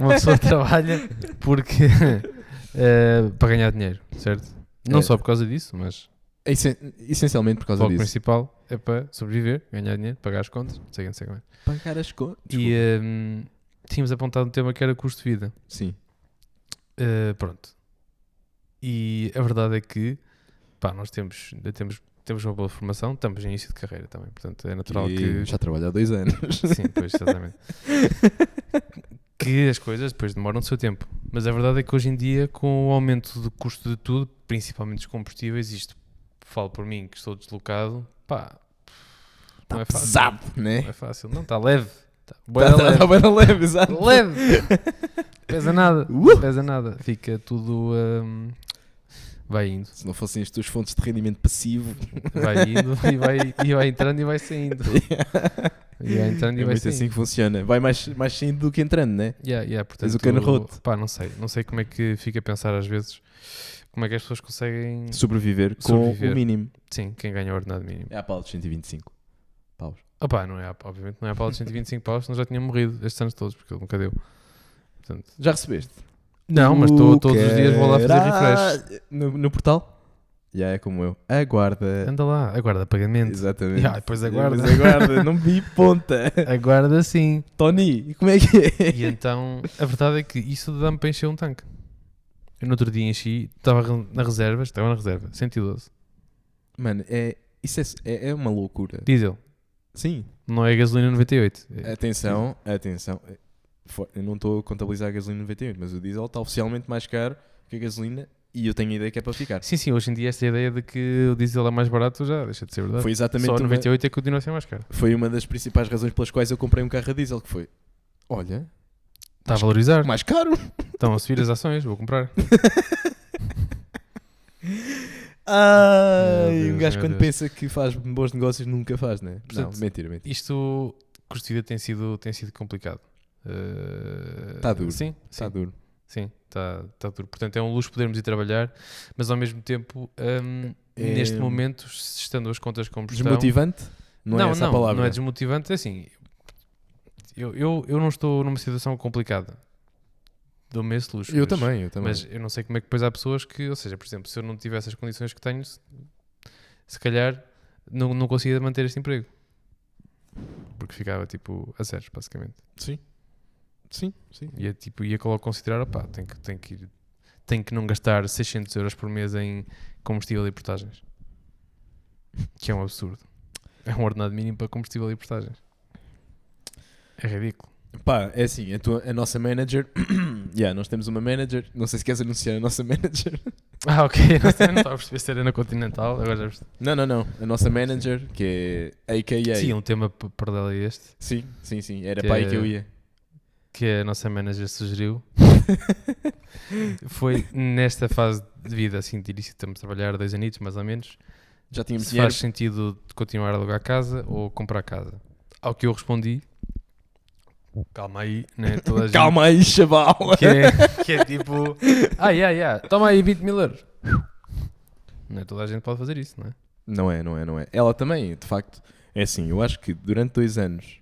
Speaker 2: Uma pessoa trabalha porque. eh, para ganhar dinheiro, certo? Não
Speaker 1: É.
Speaker 2: só por causa disso, mas
Speaker 1: Essen- essencialmente por
Speaker 2: o
Speaker 1: causa
Speaker 2: foco
Speaker 1: disso.
Speaker 2: principal é para sobreviver, ganhar dinheiro, pagar as contas, não sei o que, não sei o que mais.
Speaker 1: Pagar as contas.
Speaker 2: E ehm, tínhamos apontado um tema que era custo de vida.
Speaker 1: Sim.
Speaker 2: Eh, pronto. E a verdade é que, pá, nós temos, ainda temos, temos uma boa formação, estamos em início de carreira também, portanto é natural
Speaker 1: E
Speaker 2: que.
Speaker 1: Já trabalho há dois anos.
Speaker 2: Sim, pois, exatamente. que as coisas depois demoram o seu tempo. Mas a verdade é que hoje em dia, com o aumento do custo de tudo, principalmente dos combustíveis, isto falo por mim que estou deslocado, pá, não é fácil.
Speaker 1: Pesado, né?
Speaker 2: Não é fácil, não, está leve. Está bué
Speaker 1: Tá- tá-
Speaker 2: leve.
Speaker 1: tá bué da leve, exato.
Speaker 2: leve. pesa nada,
Speaker 1: Uh!
Speaker 2: pesa nada. Fica tudo. hum, vai indo,
Speaker 1: Se não fossem as tuas fontes de rendimento passivo.
Speaker 2: vai indo e vai, e vai entrando e vai saindo. E vai entrando e
Speaker 1: é
Speaker 2: vai
Speaker 1: muito
Speaker 2: saindo.
Speaker 1: assim que funciona. Vai mais, mais saindo do que entrando, né?
Speaker 2: Yeah, yeah, portanto,
Speaker 1: Tens o cano roto.
Speaker 2: Pá, não sei. Não sei como é que fica a pensar às vezes como é que as pessoas conseguem.
Speaker 1: Sobreviver com
Speaker 2: Sobreviver.
Speaker 1: o mínimo.
Speaker 2: Sim, quem ganha o ordenado mínimo.
Speaker 1: É a pala dos 125 paus.
Speaker 2: Opá, não é, a- obviamente não é a pala de 125 paus, senão já tinha morrido estes anos todos, porque ele nunca deu.
Speaker 1: Já recebeste?
Speaker 2: Não, mas estou todos os dias vou lá fazer refresh.
Speaker 1: refresh. No, no portal? Já é como eu. Aguarda.
Speaker 2: Anda lá, aguarda pagamento.
Speaker 1: Exatamente.
Speaker 2: Yeah, depois aguarda.
Speaker 1: Depois aguarda. Não vi ponta.
Speaker 2: Aguarda sim.
Speaker 1: Tony, como é que é?
Speaker 2: É. E então, a verdade é que isso dá-me para encher um tanque. Eu no outro dia enchi, estava re- na reserva, estava na reserva, 112.
Speaker 1: Mano, é, isso é, é, é uma loucura.
Speaker 2: Diesel,
Speaker 1: Sim.
Speaker 2: não é gasolina 98. É-
Speaker 1: Atenção, atenção. Fo- Eu não estou a contabilizar a gasolina 98, mas o diesel está oficialmente mais caro que a gasolina e eu tenho a ideia que é para ficar.
Speaker 2: Sim, sim, hoje em dia esta ideia de que o diesel é mais barato já deixa de ser verdade.
Speaker 1: Foi exatamente
Speaker 2: Só
Speaker 1: uma-
Speaker 2: 98 é que continua a ser mais caro.
Speaker 1: foi uma das principais razões pelas quais eu comprei um carro a diesel, que foi, olha,
Speaker 2: Está Tá a valorizar.
Speaker 1: mais caro.
Speaker 2: Estão a subir as ações, vou comprar. Meu
Speaker 1: Ai,
Speaker 2: Deus,
Speaker 1: um gajo
Speaker 2: meu
Speaker 1: quando
Speaker 2: Deus.
Speaker 1: pensa que faz bons negócios nunca faz, né?
Speaker 2: Portanto,
Speaker 1: não, mentira, mentira.
Speaker 2: Isto, custo de vida tem sido, tem sido complicado. Eh,
Speaker 1: Tá duro.
Speaker 2: Sim,
Speaker 1: Está
Speaker 2: sim,
Speaker 1: duro.
Speaker 2: sim, está tá duro. Portanto, é um luxo podermos ir trabalhar, mas ao mesmo tempo, hum,
Speaker 1: É-
Speaker 2: neste momento, estando as contas como estão...
Speaker 1: Desmotivante? Não, é essa a palavra.
Speaker 2: Não é desmotivante, é assim. Eu, eu, eu não estou numa situação complicada. Dou-me esse luxo.
Speaker 1: eu
Speaker 2: mas-
Speaker 1: também, eu também.
Speaker 2: Mas eu não sei como é que depois há pessoas que, ou seja, por exemplo, se eu não tivesse as condições que tenho, se- se calhar não, não conseguia manter este emprego. Porque ficava tipo a zeros, basicamente.
Speaker 1: Sim. Sim, sim.
Speaker 2: E é tipo, ia logo considerar, opá, tenho que, tenho, que ir, tenho que não gastar 600 euros por mês em combustível e portagens. Que é um absurdo. É um ordenado mínimo para combustível e portagens. É ridículo.
Speaker 1: Pá, é assim, a, tua- a nossa manager. yeah, nós temos uma manager. Não sei se queres anunciar a nossa manager.
Speaker 2: Ah, ok. Não sei, não estava a perceber se era na Continental. Agora já percebi.
Speaker 1: Não, não, não. A nossa manager, que é AKA.
Speaker 2: Sim, um tema p- paralelo a este.
Speaker 1: sim, sim. sim, Era
Speaker 2: Que
Speaker 1: para aí
Speaker 2: é-
Speaker 1: que eu ia.
Speaker 2: que a nossa manager sugeriu foi nesta fase de vida, assim, de início, estamos a trabalhar dois anitos, mais ou menos,
Speaker 1: Já tínhamos
Speaker 2: se
Speaker 1: dinheiro.
Speaker 2: faz sentido de continuar a alugar casa ou comprar casa. Ao que eu respondi, calma aí, né, toda a gente-
Speaker 1: Calma aí, chaval.
Speaker 2: Que é, que é tipo, ah, yeah, yeah, toma aí 20 mil euros. Não é toda a gente pode fazer isso, não é?
Speaker 1: Não é, não é, não é. Ela também, de facto, é assim. Eu acho que durante dois anos.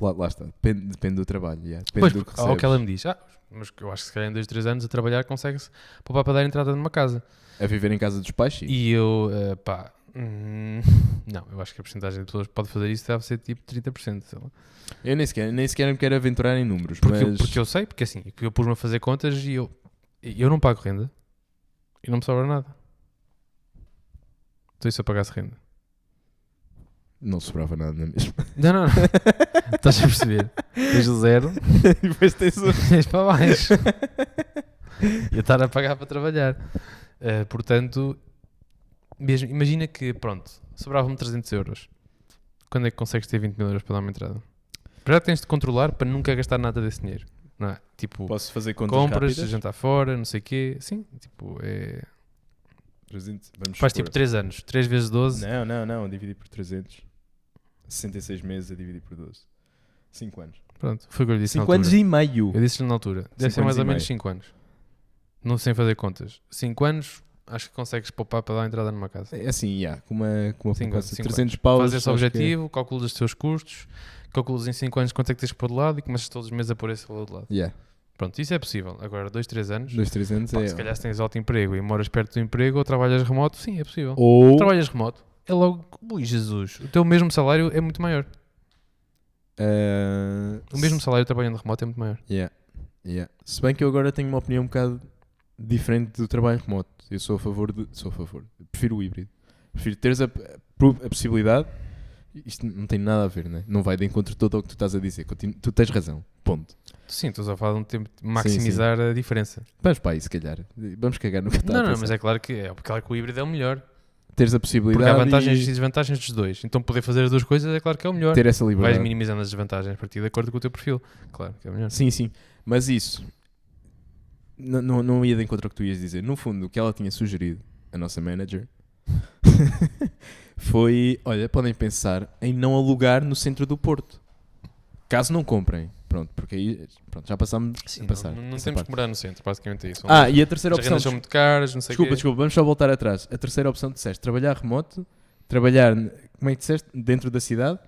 Speaker 1: Lá, lá está. Depende, depende do trabalho. yeah, Depende
Speaker 2: Pois,
Speaker 1: do que
Speaker 2: porque ao que
Speaker 1: recebes.
Speaker 2: ela me diz, ah, mas eu acho que se calhar em dois, três anos a trabalhar consegue-se poupar para dar entrada numa casa.
Speaker 1: A viver em casa dos pais, sim.
Speaker 2: E eu, eh, pá, hum, não, eu acho que a porcentagem de pessoas que pode fazer isso deve ser tipo 30%. Sei lá.
Speaker 1: Eu nem sequer, nem sequer me quero aventurar em números.
Speaker 2: Porque, eu,
Speaker 1: mas...
Speaker 2: porque eu sei, porque assim, porque eu pus-me a fazer contas e eu, eu não pago renda e não me sobra nada. Então e se eu pagasse renda?
Speaker 1: Não sobrava nada na mesma.
Speaker 2: Não, não, não. Estás a perceber? Tens o zero,
Speaker 1: e depois tens o.
Speaker 2: tens para baixo. E eu estar a pagar para trabalhar. Eh, portanto, mesmo, imagina que, pronto, sobravam-me 300 euros. Quando é que consegues ter 20 mil euros para dar uma entrada? Já tens de controlar para nunca gastar nada desse dinheiro. Não é? Tipo,
Speaker 1: Posso fazer contas
Speaker 2: compras,
Speaker 1: rápidas?
Speaker 2: jantar fora, não sei o quê. Sim, tipo, é...
Speaker 1: 300, vamos
Speaker 2: faz
Speaker 1: supor.
Speaker 2: tipo 3 anos. 3 vezes 12.
Speaker 1: Não, não, não. Dividi por 300. 66 meses a dividir por 12. 5 anos.
Speaker 2: Pronto, foi o que eu lhe disse na
Speaker 1: 5
Speaker 2: altura.
Speaker 1: anos e meio.
Speaker 2: Eu disse-lhe na altura,
Speaker 1: Cinco
Speaker 2: deve ser mais
Speaker 1: anos e
Speaker 2: ou menos
Speaker 1: meio.
Speaker 2: 5 anos. Não sem fazer contas. 5 anos, acho que consegues poupar para dar entrada numa casa.
Speaker 1: É assim, yeah, com uma, com uma
Speaker 2: Cinco
Speaker 1: poupança
Speaker 2: anos,
Speaker 1: de
Speaker 2: cinco
Speaker 1: 300 paus.
Speaker 2: Fazes esse
Speaker 1: acho que- é-
Speaker 2: objetivo, calculas os teus custos, calculas em 5 anos quanto é que tens que pôr de lado e começas todos os meses a pôr esse valor de lado.
Speaker 1: Yeah,
Speaker 2: Pronto, isso é possível. Agora, 2, 3 anos,
Speaker 1: 2, 3 anos
Speaker 2: pá,
Speaker 1: é.
Speaker 2: se calhar se tens alto emprego e moras perto do emprego ou trabalhas remoto, sim, é possível.
Speaker 1: Ou.
Speaker 2: Trabalhas remoto, é logo, ui Jesus, o teu mesmo salário é muito maior.
Speaker 1: ah,
Speaker 2: O mesmo salário trabalhando remoto é muito maior.
Speaker 1: Yeah. Yeah. Se bem que eu agora tenho uma opinião um bocado diferente do trabalho remoto. Eu sou a favor de. Sou a favor. Eu prefiro o híbrido. Prefiro teres a, a possibilidade. Isto não tem nada a ver, né? não vai de encontro todo ao que tu estás a dizer. Continu- tu tens razão. Ponto.
Speaker 2: Sim, estou só a falar de um tempo de maximizar a diferença.
Speaker 1: Vamos para aí, se calhar. Vamos cagar no que está
Speaker 2: Não,
Speaker 1: a
Speaker 2: não,
Speaker 1: pensar.
Speaker 2: mas é claro que é claro que o híbrido é o melhor.
Speaker 1: Teres a
Speaker 2: Porque é
Speaker 1: possibilidade
Speaker 2: há vantagens e
Speaker 1: e
Speaker 2: desvantagens dos dois. Então poder fazer as duas coisas é claro que é o melhor.
Speaker 1: ter essa
Speaker 2: Vais
Speaker 1: liberdade.
Speaker 2: minimizando as desvantagens a partir de acordo com o teu perfil. Claro que é o melhor.
Speaker 1: Sim, sim. Mas isso n- não, não ia de encontro ao que tu ias dizer. No fundo, o que ela tinha sugerido, a nossa manager, foi: olha, podem pensar em não alugar no centro do Porto. Caso não comprem. Pronto, porque aí pronto, já passámos a passar.
Speaker 2: não, não
Speaker 1: essa
Speaker 2: temos que
Speaker 1: parte.
Speaker 2: morar no centro, basicamente é isso.
Speaker 1: Ah, e a terceira
Speaker 2: as
Speaker 1: opção.
Speaker 2: rendas são muito caras, não sei o
Speaker 1: Desculpa,
Speaker 2: quê.
Speaker 1: desculpa, vamos só voltar atrás. A terceira opção disseste trabalhar remoto, trabalhar, n- como é que disseste? Dentro da cidade.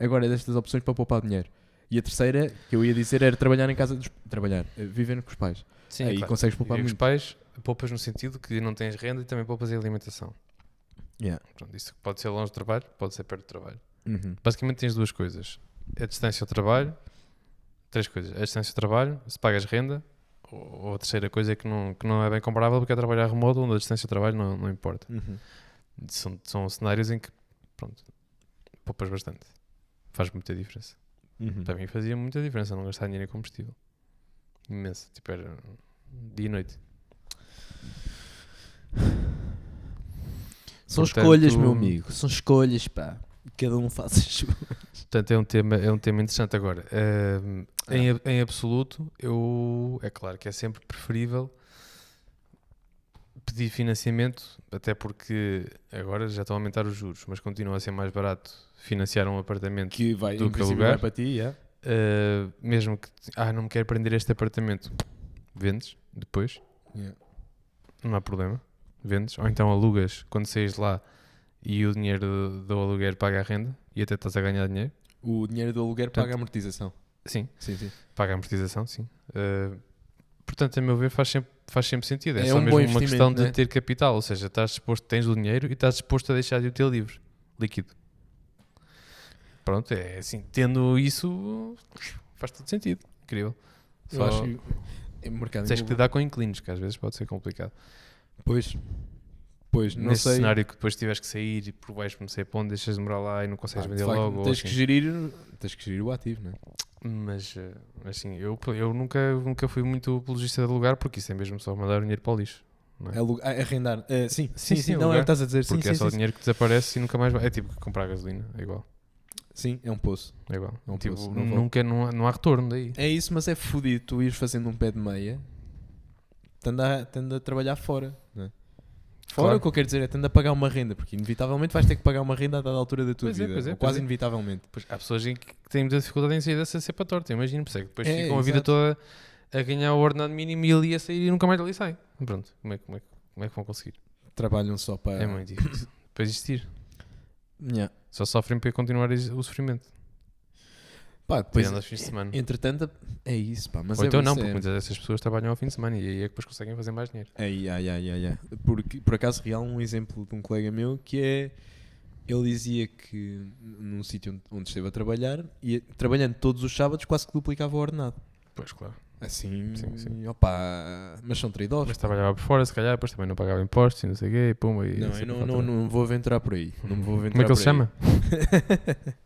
Speaker 1: Agora é destas opções para poupar dinheiro. E a terceira que eu ia dizer era trabalhar em casa dos trabalhar, eh, viver com os pais.
Speaker 2: Sim,
Speaker 1: Aí
Speaker 2: claro.
Speaker 1: consegues poupar
Speaker 2: E os
Speaker 1: muito.
Speaker 2: pais poupas no sentido que não tens renda e também poupas em alimentação.
Speaker 1: Yeah.
Speaker 2: Pronto, isso pode ser longe do trabalho, pode ser perto do trabalho.
Speaker 1: Uhum.
Speaker 2: Basicamente tens duas coisas. A distância ao trabalho, três coisas. A distância ao trabalho, se pagas renda, ou ou a terceira coisa que não, que não é bem comparável porque é trabalhar remoto, onde a distância ao trabalho não, não importa.
Speaker 1: Uhum.
Speaker 2: São, são cenários em que, pronto, poupas bastante. Faz muita diferença.
Speaker 1: Uhum.
Speaker 2: Para mim fazia muita diferença não gastar dinheiro em combustível. Imenso. Tipo, era dia e noite.
Speaker 1: São
Speaker 2: Portanto-
Speaker 1: escolhas, meu amigo. São escolhas, pá. Cada um faz as suas.
Speaker 2: Portanto, é um tema, é um tema interessante agora. Ahm, em, ab- em absoluto, eu é claro que é sempre preferível pedir financiamento, até porque agora já estão a aumentar os juros, mas continua a ser mais barato financiar um apartamento
Speaker 1: Que vai,
Speaker 2: Do
Speaker 1: em
Speaker 2: que
Speaker 1: princípio,
Speaker 2: alugar.
Speaker 1: vai para ti, é. yeah.
Speaker 2: Uh, mesmo que ah, não me quero prender este apartamento, vendes depois,
Speaker 1: Yeah.
Speaker 2: não há problema, vendes, ou então alugas quando saís de lá e o dinheiro do, do aluguer paga a renda e até estás a ganhar dinheiro.
Speaker 1: O dinheiro do aluguer paga
Speaker 2: Portanto-
Speaker 1: a amortização.
Speaker 2: Sim,
Speaker 1: Sim, sim.
Speaker 2: paga a amortização, sim. Uh, portanto, a meu ver, faz sempre, faz sempre sentido. É,
Speaker 1: É
Speaker 2: só
Speaker 1: um bom
Speaker 2: mesmo uma
Speaker 1: investimento,
Speaker 2: questão de
Speaker 1: né?
Speaker 2: ter capital, ou seja, estás disposto, tens o dinheiro e estás disposto a deixar de o ter livre, líquido. Pronto, é assim, tendo isso, faz todo sentido. Incrível.
Speaker 1: Eu
Speaker 2: Só-
Speaker 1: acho que é mercado
Speaker 2: Tens que
Speaker 1: imobiliário.
Speaker 2: lidar com inquilinos, que às vezes pode ser complicado.
Speaker 1: Pois. Pois, não
Speaker 2: Nesse
Speaker 1: sei.
Speaker 2: cenário que depois tiveres que sair e por baixo não sei para onde, deixas de morar lá e não consegues
Speaker 1: Ah, de
Speaker 2: vender
Speaker 1: facto,
Speaker 2: logo. ou
Speaker 1: tens, que
Speaker 2: assim.
Speaker 1: gerir, tens que gerir o ativo, né?
Speaker 2: Mas eh, assim, eu, eu nunca, nunca fui muito apologista de lugar porque isso é mesmo só mandar o dinheiro para o lixo.
Speaker 1: É alu- ah, arrendar. Ah, sim, sim,
Speaker 2: Sim,
Speaker 1: sim,
Speaker 2: sim,
Speaker 1: não
Speaker 2: alugar.
Speaker 1: é o que estás a dizer. Sim,
Speaker 2: Porque
Speaker 1: sim,
Speaker 2: é só
Speaker 1: sim,
Speaker 2: dinheiro que desaparece e nunca mais vai. É tipo comprar gasolina, é igual.
Speaker 1: sim. Sim, é um poço.
Speaker 2: É igual.
Speaker 1: Não
Speaker 2: tipo,
Speaker 1: posso, não vou.
Speaker 2: nunca não, há- não há retorno daí.
Speaker 1: É isso, mas é fodido. Tu ires fazendo um pé de meia, tendo a, tendo a trabalhar fora. não é? Fora
Speaker 2: Claro.
Speaker 1: o que eu quero dizer é tendo a pagar uma renda, porque inevitavelmente vais ter que pagar uma renda a dada altura da tua
Speaker 2: Pois é,
Speaker 1: vida.
Speaker 2: pois é,
Speaker 1: ou
Speaker 2: pois
Speaker 1: quase
Speaker 2: é.
Speaker 1: inevitavelmente.
Speaker 2: Pois, há pessoas em que têm muita dificuldade em sair dessa cepa torta, imagino, por isso é que depois
Speaker 1: É,
Speaker 2: ficam a vida
Speaker 1: exato.
Speaker 2: toda a ganhar o ordenado mínimo e ali a sair e nunca mais ali sai. Pronto, como é, que- como é, que- como é que vão conseguir?
Speaker 1: Trabalham só para.
Speaker 2: É muito difícil. para existir.
Speaker 1: Nhá.
Speaker 2: Só sofrem para continuar is- o sofrimento.
Speaker 1: Pá, depois,
Speaker 2: Tirando aos fins de semana.
Speaker 1: entretanto, é isso, pá. Mas
Speaker 2: Ou
Speaker 1: é
Speaker 2: então não,
Speaker 1: isso,
Speaker 2: porque
Speaker 1: é-
Speaker 2: muitas dessas pessoas trabalham ao fim de semana e aí é que depois conseguem fazer mais dinheiro.
Speaker 1: Ai, ai, ai, ai, ai. Porque, por acaso, real, um exemplo de um colega meu que é. Ele dizia que num sítio onde- onde esteve a trabalhar, ia, trabalhando todos os sábados, quase que duplicava o ordenado.
Speaker 2: Pois, claro.
Speaker 1: Assim,
Speaker 2: Sim, sim.
Speaker 1: opá, mas são trade-offs.
Speaker 2: Mas trabalhava por fora, se calhar, depois também não pagava impostos e não sei o quê, e pumba. E
Speaker 1: Não,
Speaker 2: sei
Speaker 1: eu
Speaker 2: o que
Speaker 1: não, não,
Speaker 2: fatura.
Speaker 1: não vou aventurar por aí. Não me vou
Speaker 2: Como é
Speaker 1: aventurar
Speaker 2: que ele se
Speaker 1: por aí.
Speaker 2: chama?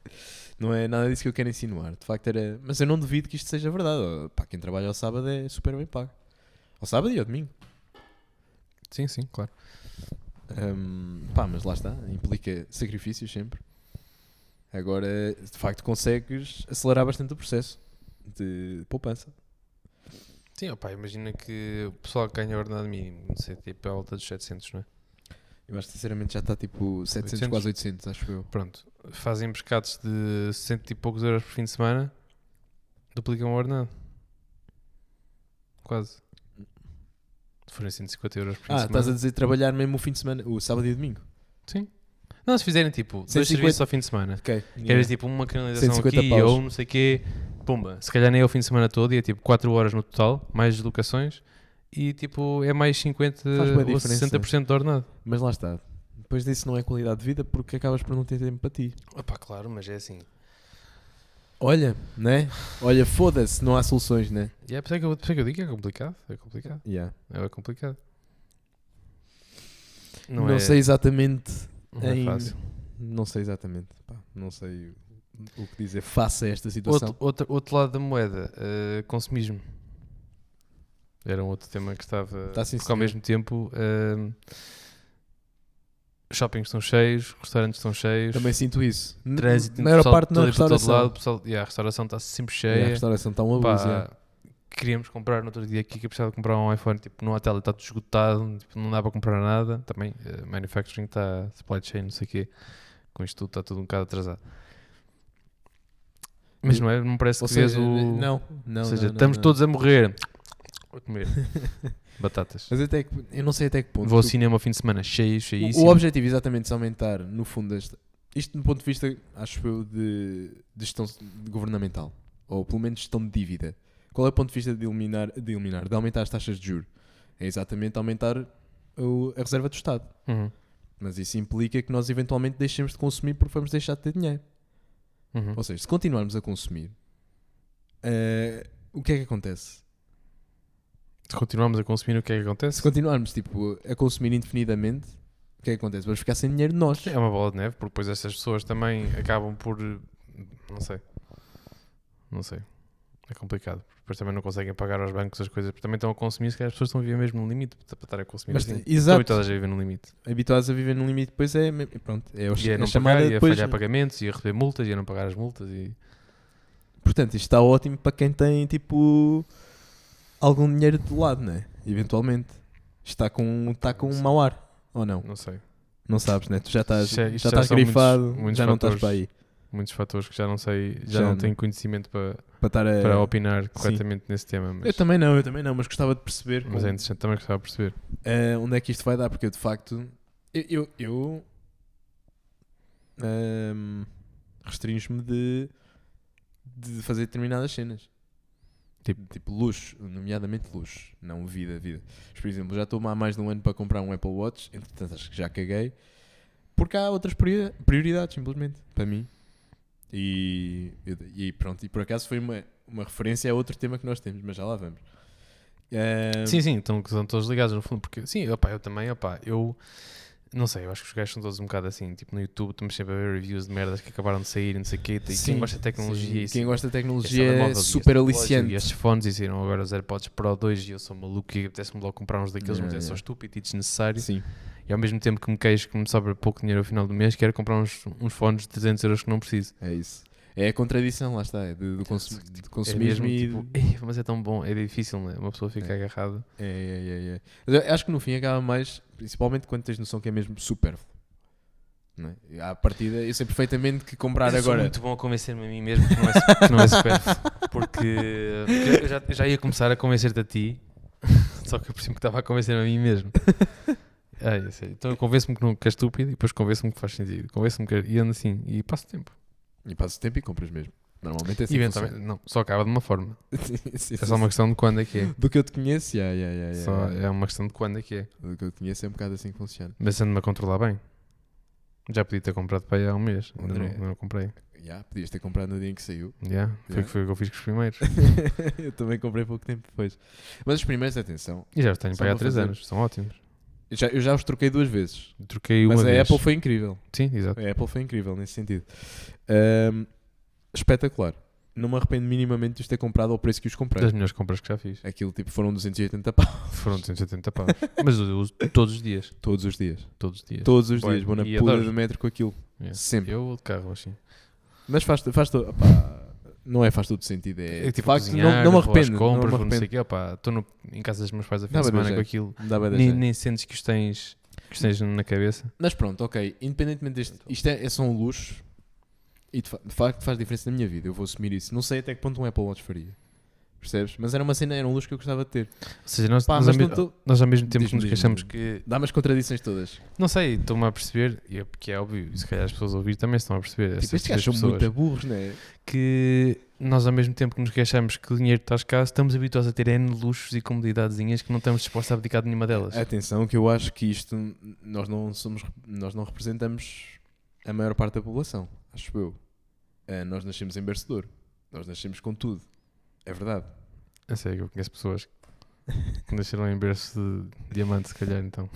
Speaker 1: não é nada disso que eu quero insinuar. De facto era. Mas eu não duvido que isto seja verdade. Oh, Pá, quem trabalha ao sábado é super bem pago. Ao sábado e ao domingo.
Speaker 2: Sim, sim, claro.
Speaker 1: Hum, pá, mas lá está. Implica sacrifícios sempre. Agora, de facto, consegues acelerar bastante o processo de poupança.
Speaker 2: Sim, opá, imagina que o pessoal que ganha ordenado mínimo, não sei, tipo a alta dos 700, não é?
Speaker 1: Eu acho que sinceramente já está tipo 700,
Speaker 2: 800.
Speaker 1: quase 800, acho eu.
Speaker 2: Pronto, fazem pescados de 60 e poucos euros por fim de semana, duplicam o ordenado. Quase. Se forem 150 euros por fim
Speaker 1: Ah,
Speaker 2: de semana.
Speaker 1: estás a dizer trabalhar mesmo o fim de semana, o sábado e o domingo.
Speaker 2: Sim. Não, se fizerem tipo dois
Speaker 1: 150
Speaker 2: serviços ao fim de semana.
Speaker 1: Ok.
Speaker 2: Queres tipo uma canalização
Speaker 1: 150
Speaker 2: aqui
Speaker 1: paus.
Speaker 2: ou não sei quê. Pumba, se calhar nem é o fim de semana todo e é tipo 4 horas no total, mais locações e tipo é mais 50
Speaker 1: Faz bué
Speaker 2: ou
Speaker 1: diferença.
Speaker 2: 60% de ordenado.
Speaker 1: Mas lá está. Depois disso não é qualidade de vida porque acabas por não ter tempo para ti.
Speaker 2: Opa, claro, mas é assim.
Speaker 1: Olha, né? Olha, foda-se, não há soluções, né?
Speaker 2: E é por isso que eu, por isso que eu digo que é complicado. É complicado.
Speaker 1: Yeah.
Speaker 2: É complicado.
Speaker 1: Não,
Speaker 2: Não, é,
Speaker 1: sei exatamente.
Speaker 2: não é
Speaker 1: em-
Speaker 2: fácil.
Speaker 1: Não sei exatamente. Pá, não sei o- o que dizer face a esta situação.
Speaker 2: Outro, outro, outro lado da moeda, eh, consumismo. Era um outro tema que estava.
Speaker 1: Tá, sim,
Speaker 2: porque
Speaker 1: senhor.
Speaker 2: ao mesmo tempo, eh, shoppings estão cheios, restaurantes estão cheios,
Speaker 1: Também sinto isso. N-
Speaker 2: trânsito
Speaker 1: na maior
Speaker 2: pessoal
Speaker 1: parte na
Speaker 2: todo e por todo
Speaker 1: restauração.
Speaker 2: lado, pessoal, yeah, a é restauração está sempre
Speaker 1: E
Speaker 2: cheia.
Speaker 1: a restauração está um
Speaker 2: Pá,
Speaker 1: abuso. yeah.
Speaker 2: queríamos comprar no outro dia aqui que eu precisava de comprar um iPhone tipo, no hotel e está tudo esgotado, tipo, não dá para comprar nada. Também eh, manufacturing está supply chain, não sei o quê. Com isto tudo está tudo um bocado atrasado. Mas não é? Não parece
Speaker 1: Ou
Speaker 2: que vês
Speaker 1: seja,
Speaker 2: o.
Speaker 1: não, não.
Speaker 2: Ou seja,
Speaker 1: não, não,
Speaker 2: estamos
Speaker 1: não.
Speaker 2: todos a morrer. A comer batatas.
Speaker 1: Mas até que, eu não sei até que ponto.
Speaker 2: Vou ao
Speaker 1: Tu-
Speaker 2: cinema ao fim de semana cheio,
Speaker 1: O-
Speaker 2: cheíssimo.
Speaker 1: O objetivo exatamente de aumentar, no fundo, este, isto do ponto de vista, acho eu, de, de gestão de- governamental, ou pelo menos gestão de dívida. Qual é o ponto de vista de eliminar, de eliminar, de aumentar as taxas de juros? É exatamente aumentar o- a reserva do Estado.
Speaker 2: Uhum,
Speaker 1: Mas isso implica que nós eventualmente deixemos de consumir porque vamos deixar de ter dinheiro.
Speaker 2: uhum.
Speaker 1: Ou seja, se continuarmos a consumir, eh, o que é que acontece?
Speaker 2: Se continuarmos a consumir, o que é que
Speaker 1: Se
Speaker 2: acontece?
Speaker 1: continuarmos tipo, a consumir indefinidamente, o que é que acontece? Vamos ficar sem dinheiro nós.
Speaker 2: É uma bola de neve, porque depois estas pessoas também acabam por. eh, Não sei. Não sei. É complicado. porque Depois também não conseguem pagar aos bancos as coisas, porque também estão a consumir. Se calhar as pessoas estão a viver mesmo no limite para para estar a consumir.
Speaker 1: Mas,
Speaker 2: assim. Estão
Speaker 1: exato.
Speaker 2: habituadas a viver no limite.
Speaker 1: habituados a viver num limite, depois é. me- Pronto, é o-
Speaker 2: E a
Speaker 1: a
Speaker 2: não
Speaker 1: chamada.
Speaker 2: pagar, e a
Speaker 1: depois,
Speaker 2: falhar pagamentos, e a receber multas, e a não pagar as multas. E...
Speaker 1: Portanto, isto está ótimo para quem tem, tipo, algum dinheiro de lado, né? Eventualmente. Está com, está com um mau ar, ou não?
Speaker 2: Não sei.
Speaker 1: Não sabes, né? Tu já estás,
Speaker 2: Isto é- isto
Speaker 1: já
Speaker 2: já
Speaker 1: estás
Speaker 2: são
Speaker 1: grifado,
Speaker 2: muitos- muitos
Speaker 1: já não estás para
Speaker 2: fatores.
Speaker 1: aí.
Speaker 2: Muitos fatores que já não sei,
Speaker 1: Já
Speaker 2: já, não
Speaker 1: não.
Speaker 2: tenho conhecimento para,
Speaker 1: Para estar a.
Speaker 2: para opinar corretamente nesse tema. Mas,
Speaker 1: Eu também não, eu também não, mas gostava de perceber
Speaker 2: mas é
Speaker 1: como-
Speaker 2: interessante, também gostava de perceber.
Speaker 1: Ah, onde é que isto vai dar, porque eu de facto eu, eu, eu, ahm, restrinjo-me de, de fazer determinadas cenas.
Speaker 2: Tipo?
Speaker 1: luxo, nomeadamente luxo, não vida, vida. Mas, por exemplo, já estou há mais de um ano para comprar um Apple Watch, entretanto acho que já caguei, porque há outras priori- prioridades, simplesmente, para mim. E, e pronto, e por acaso foi uma, uma referência a outro tema que nós temos, mas já lá vamos. Ehm, Ahm,
Speaker 2: Sim, sim, estão, estão todos ligados no fundo, porque sim, opa, eu também, opa, eu não sei, eu acho que os gajos são todos um bocado assim, tipo no YouTube estamos sempre a ver reviews de merdas que acabaram de sair e não sei o quê, e
Speaker 1: Sim,
Speaker 2: quem gosta de tecnologia
Speaker 1: sim.
Speaker 2: e assim.
Speaker 1: Quem gosta de
Speaker 2: estes
Speaker 1: tecnologia é
Speaker 2: telemóveis e
Speaker 1: super
Speaker 2: este relógio E
Speaker 1: aliciante.
Speaker 2: estes fones e saíram agora os AirPods Pro 2 e eu sou maluco e apetece-me logo comprar uns daqueles, mas
Speaker 1: Yeah,
Speaker 2: é só
Speaker 1: yeah.
Speaker 2: estúpido e desnecessário.
Speaker 1: Sim.
Speaker 2: E ao mesmo tempo que me queixo que me sobra pouco dinheiro ao final do mês, quero comprar uns, uns fones de 300 euros que não preciso.
Speaker 1: É isso. É a contradição, lá está, é de, do, consum- de
Speaker 2: É
Speaker 1: consumismo
Speaker 2: mesmo
Speaker 1: e...
Speaker 2: tipo, "Ei, mas é tão bom, é difícil, né? uma pessoa fica
Speaker 1: É.
Speaker 2: agarrada.
Speaker 1: É, é, é, é. Mas eu acho que no fim acaba mais, principalmente quando tens noção que é mesmo supérfluo. Não é? À partida, eu sei perfeitamente que comprar
Speaker 2: Eu sou
Speaker 1: agora...
Speaker 2: muito bom a convencer-me a mim mesmo que não é, su- que não é supérfluo. Porque, porque eu já, eu já ia começar a convencer-te a ti, só que eu percebo que estava a convencer-me a mim mesmo. Ah, eu sei. Então eu convenço-me que, não- que é estúpido e depois convenço-me que faz sentido. Convenço-me que é- e ando assim e passo tempo.
Speaker 1: E passas tempo e compras mesmo. Normalmente é assim
Speaker 2: E
Speaker 1: que
Speaker 2: eventualmente, não, só acaba de uma forma.
Speaker 1: funciona. Sim, sim,
Speaker 2: É só uma
Speaker 1: sim.
Speaker 2: questão de quando é que é.
Speaker 1: Do que eu te conheço, yeah, yeah, yeah, yeah,
Speaker 2: Só
Speaker 1: yeah.
Speaker 2: é uma questão de quando é que é.
Speaker 1: do que eu te conheço é um bocado assim que funciona.
Speaker 2: Mas ando-me a controlar bem. Já podia ter comprado para aí há um mês. ainda
Speaker 1: André.
Speaker 2: Não, não comprei.
Speaker 1: Yeah, podias ter comprado no dia em que saiu.
Speaker 2: Yeah, Foi o
Speaker 1: Yeah.
Speaker 2: que foi o que eu fiz com os primeiros.
Speaker 1: eu também comprei pouco tempo depois. Mas os primeiros, atenção,
Speaker 2: E já os tenho
Speaker 1: Só
Speaker 2: para aí há
Speaker 1: para
Speaker 2: 3
Speaker 1: fazer.
Speaker 2: anos. São ótimos.
Speaker 1: eu já, eu já os troquei duas vezes.
Speaker 2: Troquei uma
Speaker 1: mas
Speaker 2: vez.
Speaker 1: a Apple foi incrível.
Speaker 2: Sim, exato.
Speaker 1: A Apple foi incrível nesse sentido. Ahm, espetacular. Não me arrependo minimamente de os ter comprado ao preço que os comprei.
Speaker 2: Das melhores compras que já fiz.
Speaker 1: Aquilo tipo foram 280 pau
Speaker 2: Foram 270 paus. Mas eu uso todos os dias.
Speaker 1: todos os dias.
Speaker 2: Todos os dias.
Speaker 1: Todos os
Speaker 2: Bom,
Speaker 1: dias, vou na
Speaker 2: e
Speaker 1: pula
Speaker 2: adoro.
Speaker 1: do metro com aquilo.
Speaker 2: Yeah.
Speaker 1: Sempre.
Speaker 2: Eu vou de carro assim.
Speaker 1: Mas faz, faz to- opá, não é faz todo sentido. É,
Speaker 2: É tipo,
Speaker 1: de facto,
Speaker 2: cozinhar,
Speaker 1: não, não me
Speaker 2: vou às
Speaker 1: arrependo.
Speaker 2: compras,
Speaker 1: não
Speaker 2: vou
Speaker 1: me
Speaker 2: não sei o
Speaker 1: arrependo. é
Speaker 2: quê. Opá, estou no- em casa dos meus pais a fim
Speaker 1: Dá
Speaker 2: de
Speaker 1: bué da
Speaker 2: semana
Speaker 1: jeito.
Speaker 2: com aquilo.
Speaker 1: Não dá bué da
Speaker 2: Nem,
Speaker 1: jeito.
Speaker 2: nem sentes que os tens, que os tens na cabeça.
Speaker 1: Mas pronto, ok. Independentemente deste, isto é, é só um luxo e de, fa- de facto faz diferença na minha vida. Eu vou assumir isso. Não sei até que ponto um Apple Watch faria. Percebes? Mas era uma cena, era um luxo que eu gostava de ter.
Speaker 2: Ou seja, nós,
Speaker 1: Pá,
Speaker 2: nós,
Speaker 1: mas
Speaker 2: ao, me-
Speaker 1: não tô-
Speaker 2: nós ao mesmo tempo que
Speaker 1: Diz-me,
Speaker 2: nos
Speaker 1: diz-me,
Speaker 2: queixamos
Speaker 1: diz-me.
Speaker 2: que.
Speaker 1: Dá-me as contradições todas.
Speaker 2: Não sei, estou-me a perceber, e é porque é óbvio, e se calhar as pessoas a ouvir também estão a perceber.
Speaker 1: Tipo,
Speaker 2: essas-
Speaker 1: estes gajos
Speaker 2: essas
Speaker 1: são muito
Speaker 2: pessoas,
Speaker 1: burros, não é?
Speaker 2: Que nós ao mesmo tempo que nos queixamos que o dinheiro está escasso, estamos habituados a ter N luxos e comodidadezinhas que não estamos dispostos a abdicar de nenhuma delas.
Speaker 1: Atenção, que eu acho que isto nós não somos, nós não representamos a maior parte da população, acho eu. Ah, nós nascemos em berço de ouro. nós nascemos com tudo, é verdade.
Speaker 2: Eu sei que eu conheço pessoas que nasceram em berço de diamante, se calhar, então.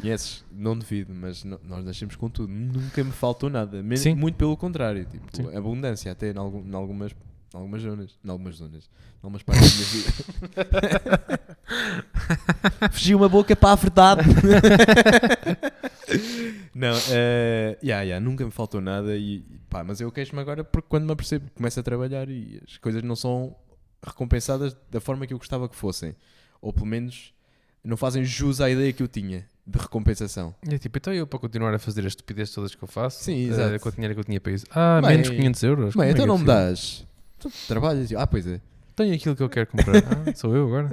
Speaker 1: Conheces? Não duvido, mas no- nós nascemos com tudo, nunca me faltou nada, Me-
Speaker 2: Sim.
Speaker 1: muito pelo contrário, tipo,
Speaker 2: Sim.
Speaker 1: abundância até em, algu- em algumas, em algumas zonas, em algumas zonas, em algumas partes da minha vida. Fugi uma boca para a verdade. Não, eh, yeah, yeah, nunca me faltou nada e pá, mas eu queixo-me agora porque quando me apercebo, começo a trabalhar e as coisas não são recompensadas da forma que eu gostava que fossem. Ou pelo menos não fazem jus à ideia que eu tinha de recompensação.
Speaker 2: E é tipo, então eu para continuar a fazer as estupidez todas que eu faço,
Speaker 1: Sim,
Speaker 2: eh,
Speaker 1: exato.
Speaker 2: com o dinheiro que eu tinha para isso, ah,
Speaker 1: Bem,
Speaker 2: menos 500 euros. como
Speaker 1: Bem,
Speaker 2: é que
Speaker 1: então
Speaker 2: é
Speaker 1: não me
Speaker 2: possível?
Speaker 1: dás. Tu trabalhas. e eu, Ah, pois é.
Speaker 2: Tenho aquilo que eu quero comprar. ah, sou eu agora?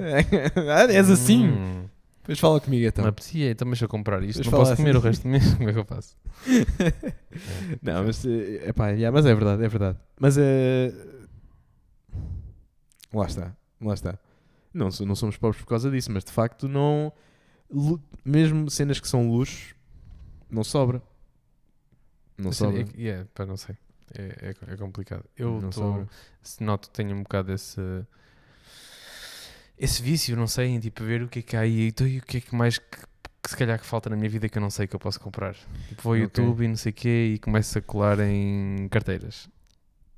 Speaker 1: Ah, És assim.
Speaker 2: Hum,
Speaker 1: Pois fala comigo então.
Speaker 2: Me apetecia, É, então mas se eu comprar isto,
Speaker 1: Pois
Speaker 2: não
Speaker 1: fala
Speaker 2: posso comer
Speaker 1: assim.
Speaker 2: o resto do mês, como é que eu faço?
Speaker 1: Não, mas é, pá, yeah, mas é verdade, é verdade. Mas é. Lá está, lá está. Não, so- não somos pobres por causa disso, mas de facto não. lu- Mesmo cenas que são luxo, não sobra. Não
Speaker 2: Assim,
Speaker 1: sobra.
Speaker 2: é que- yeah, pá, não sei. É, é- é complicado. Eu
Speaker 1: Não
Speaker 2: tô-
Speaker 1: sobra.
Speaker 2: se noto, tenho um bocado esse. Esse vício, não sei, em tipo ver o que é que há aí então, e o que é que mais que, que se calhar que falta na minha vida que eu não sei que eu posso comprar. Tipo, vou ao
Speaker 1: Ok.
Speaker 2: YouTube e não sei o quê e começo a colar em carteiras.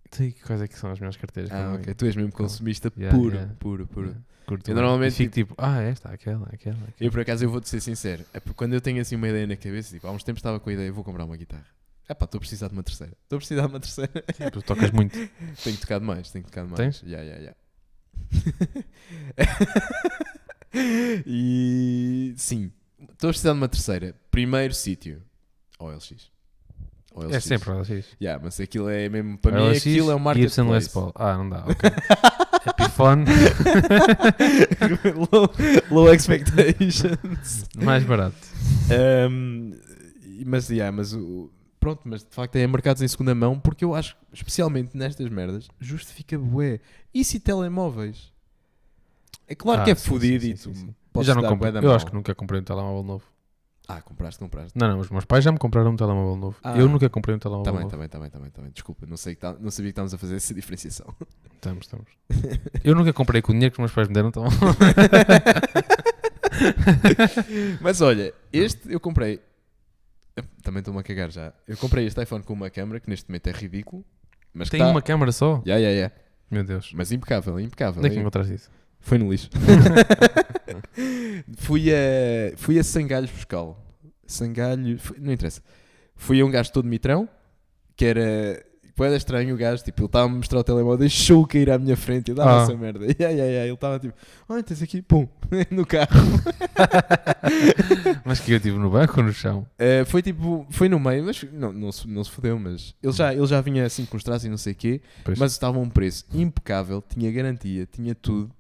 Speaker 2: Então, e quais é que são as minhas carteiras? que eu
Speaker 1: Ah,
Speaker 2: não-
Speaker 1: ok. Tu és mesmo consumista
Speaker 2: Então, Yeah,
Speaker 1: puro,
Speaker 2: yeah.
Speaker 1: puro, puro.
Speaker 2: Yeah. Curto
Speaker 1: Eu
Speaker 2: bué.
Speaker 1: normalmente,
Speaker 2: E fico tipo, ah, esta, aquela, aquela. aquela.
Speaker 1: Eu por acaso eu vou-te ser sincero, é porque quando eu tenho assim uma ideia na cabeça, tipo, há uns tempos estava com a ideia, vou comprar uma guitarra. É pá, estou a precisar de uma terceira. Estou a precisar de uma terceira.
Speaker 2: Tu tocas muito.
Speaker 1: tenho que tocar mais, tenho que tocar mais.
Speaker 2: Tens?
Speaker 1: Ya, ya, ya. E sim, estou a precisar de uma terceira. Primeiro sítio, OLX. OLX.
Speaker 2: É sempre OLX.
Speaker 1: Ya, mas aquilo é mesmo, para
Speaker 2: OLX,
Speaker 1: mim aquilo é um marketplace.
Speaker 2: Gibson Les Paul. Ah, não dá, ok. Epiphone,
Speaker 1: low, low expectations.
Speaker 2: mais barato.
Speaker 1: Um, e- mas, yeah, mas o- pronto, mas de facto é mercados em segunda mão porque eu acho, especialmente nestas merdas, justifica bué. E se telemóveis? É claro
Speaker 2: Ah,
Speaker 1: que é
Speaker 2: sim,
Speaker 1: fodido
Speaker 2: sim,
Speaker 1: e tu
Speaker 2: sim, sim, sim. Eu
Speaker 1: podes
Speaker 2: já não
Speaker 1: dar
Speaker 2: comprei.
Speaker 1: bué da
Speaker 2: Eu
Speaker 1: mão.
Speaker 2: acho que nunca comprei um telemóvel novo.
Speaker 1: Ah, compraste, compraste.
Speaker 2: Não, não, os meus pais já me compraram um telemóvel novo.
Speaker 1: Ah. tá
Speaker 2: Eu nunca comprei um telemóvel
Speaker 1: Também,
Speaker 2: novo.
Speaker 1: também, também, também, também. Desculpa, não, sei que tá- não sabia que estávamos a fazer essa diferenciação.
Speaker 2: Estamos, estamos. Eu nunca comprei com o dinheiro que os meus pais me deram um telemóvel.
Speaker 1: Mas olha, este eu comprei. Também estou-me a cagar já. Eu comprei este iPhone com uma câmera que neste momento é ridículo. Mas
Speaker 2: Tem
Speaker 1: que tá...
Speaker 2: uma câmara só?
Speaker 1: Ya, ya, ya.
Speaker 2: Meu Deus.
Speaker 1: Mas impecável, impecável.
Speaker 2: Onde é que
Speaker 1: Eu-
Speaker 2: encontraste isso?
Speaker 1: Foi no lixo. fui a. Fui a Sangalhos buscá-lo. Sangalhos. fui- não interessa. Fui a um gajo todo mitrão, que era. Era estranho o gajo, tipo, ele estava a mostrar o telemóvel, deixou cair à minha frente e dava
Speaker 2: Ah.
Speaker 1: essa merda. E ai, ai, ai, ele estava tipo, olha, tens aqui, pum, no carro.
Speaker 2: Mas que eu tive no banco ou no chão?
Speaker 1: Eh, foi tipo, foi no meio, mas não, não, se, não se fodeu, mas ele já, ele já vinha assim com os traços e não sei o quê,
Speaker 2: Pois.
Speaker 1: mas estava a um preço impecável, tinha garantia, tinha tudo.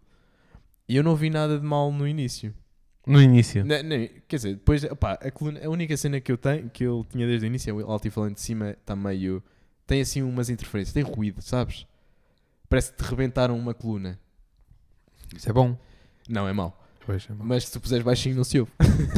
Speaker 1: E eu não vi nada de mal no início.
Speaker 2: No início.
Speaker 1: Não, não, quer dizer, depois, opá, a, coluna- a única cena que eu tenho, que eu tinha desde o início, é o altifalante de cima está meio. tem assim umas interferências, tem ruído, sabes? Parece que te rebentaram uma coluna.
Speaker 2: Isso é bom.
Speaker 1: Não, é mau.
Speaker 2: Pois, é bom.
Speaker 1: Mas se tu puseres baixinho, não se ouve.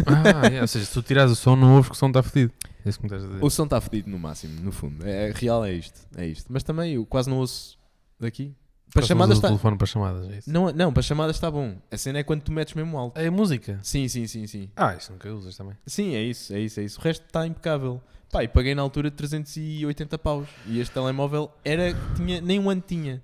Speaker 2: Ah, é, ou seja, se tu tirares o som, não ouves que o som está fedido. Isso que me estás a dizer.
Speaker 1: O som está fedido no máximo, no fundo. É, é- real é isto, é isto. Mas também eu quase não ouço daqui. Para
Speaker 2: Nós
Speaker 1: chamadas
Speaker 2: usamos o
Speaker 1: está...
Speaker 2: telefone para chamadas, é isso?
Speaker 1: Não, não, para chamadas está bom. A cena é quando tu metes mesmo alto.
Speaker 2: É a música.
Speaker 1: Sim, sim, sim, sim.
Speaker 2: Ah, isso nunca usas também.
Speaker 1: Sim, é isso, é isso, é isso. O resto está impecável. Pá, e paguei na altura 380 paus. E este telemóvel era... Tinha, nem um ano tinha.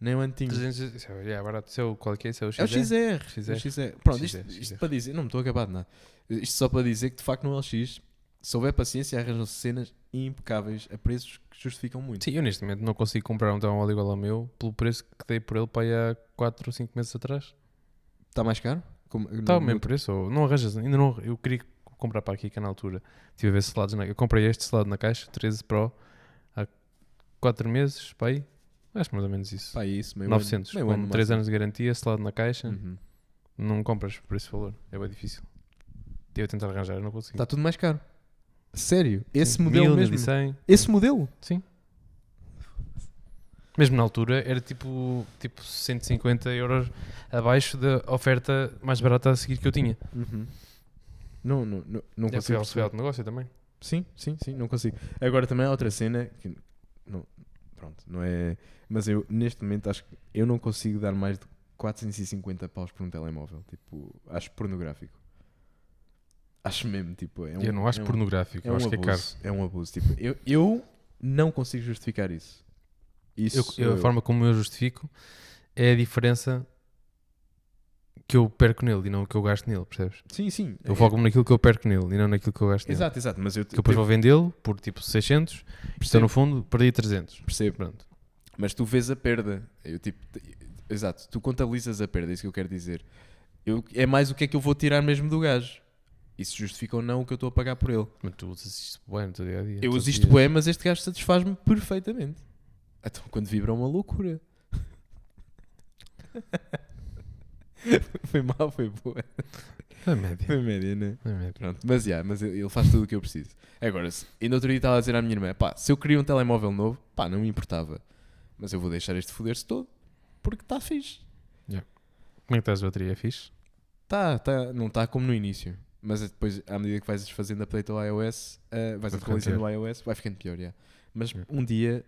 Speaker 1: Nem um ano tinha.
Speaker 2: 300, isso é, é barato. Isso é o, qual é que é? Isso é o
Speaker 1: É o
Speaker 2: XR?
Speaker 1: XR.
Speaker 2: XR.
Speaker 1: o XR. Pronto, isto,
Speaker 2: XR.
Speaker 1: isto para dizer, não me estou a acabar de nada. Isto só para dizer que de facto no LX, se houver paciência, arranjam-se cenas impecáveis a preços que justificam muito.
Speaker 2: Sim, eu neste momento não consigo comprar um telemóvel igual ao meu pelo preço que dei por ele para aí há 4 ou 5 meses atrás.
Speaker 1: Está mais caro? Como-
Speaker 2: Está o
Speaker 1: no-
Speaker 2: mesmo preço. ou- Não arranjas. Ainda não, eu queria comprar para aqui que é na altura. Tive a ver selados na Eu comprei este selado na caixa, 13 Pro, há 4 meses, para aí. Acho mais ou menos isso.
Speaker 1: Pá, é isso, meio
Speaker 2: 900,
Speaker 1: ano, meio ano
Speaker 2: com
Speaker 1: no
Speaker 2: 3
Speaker 1: máximo.
Speaker 2: anos de garantia, selado na caixa,
Speaker 1: Uhum.
Speaker 2: não compras por esse valor, é bem difícil. Eu tentar arranjar, eu não consigo.
Speaker 1: Está tudo mais caro. Sério? Tá, Esse modelo
Speaker 2: 1000,
Speaker 1: mesmo?
Speaker 2: 1100.
Speaker 1: Esse modelo?
Speaker 2: Mesmo na altura era tipo, tipo 150 euros abaixo da oferta mais barata a seguir que eu tinha.
Speaker 1: Uhum. Não, não, não, não
Speaker 2: Já
Speaker 1: consigo.
Speaker 2: fui ao
Speaker 1: perceber.
Speaker 2: de negócio também.
Speaker 1: Sim, sim, sim, não consigo. Agora também há outra cena que não, pronto, não é. Mas eu neste momento acho que eu não consigo dar mais de 450 paus por um telemóvel. Tipo, acho pornográfico. Acho mesmo, tipo, é um,
Speaker 2: eu não acho
Speaker 1: é um-
Speaker 2: pornográfico,
Speaker 1: é um
Speaker 2: eu acho que é caro.
Speaker 1: abuso, é um abuso. Tipo, eu, eu não consigo justificar isso. Isso
Speaker 2: Eu- eu-
Speaker 1: sou
Speaker 2: a
Speaker 1: eu.
Speaker 2: forma como eu justifico é a diferença que eu perco nele e não que eu gasto nele, percebes?
Speaker 1: Sim, sim.
Speaker 2: Eu foco-me naquilo que eu perco nele e não naquilo que eu gasto nele.
Speaker 1: Exato, exato. Mas eu
Speaker 2: Que eu depois vou vendê-lo por tipo 600, então
Speaker 1: percebo,
Speaker 2: no fundo perdi 300.
Speaker 1: percebo.
Speaker 2: Pronto.
Speaker 1: Mas tu vês a perda. Eu tipo, te- exato, tu contabilizas a perda, é isso que eu quero dizer. Eu, é mais o que é que eu vou tirar mesmo do gajo. Isso justifica ou não o que eu estou a pagar por ele.
Speaker 2: Mas tu usas isto bem no teu dia a dia.
Speaker 1: eu
Speaker 2: todos os
Speaker 1: uso isto
Speaker 2: dias.
Speaker 1: bué, mas este gajo satisfaz-me perfeitamente. Então quando vibra é uma loucura. foi mal, foi boa.
Speaker 2: Na média.
Speaker 1: Foi média, né?
Speaker 2: Na média.
Speaker 1: Pronto, mas yeah, mas ele ele faz tudo o que eu preciso. Agora, se, ainda outro dia estava a dizer à minha irmã: pá, se eu queria um telemóvel novo, pá, não me importava. Mas eu vou deixar este foder-se todo porque está fixe.
Speaker 2: Como é que estás a bateria? É fixe?
Speaker 1: Tá, tá, não está como no início. Mas é depois, à medida que vais fazendo update ao iOS, eh, vais
Speaker 2: Vai ficando
Speaker 1: atualizando o iOS, vai ficando pior, yeah. Mas
Speaker 2: Yeah.
Speaker 1: um dia,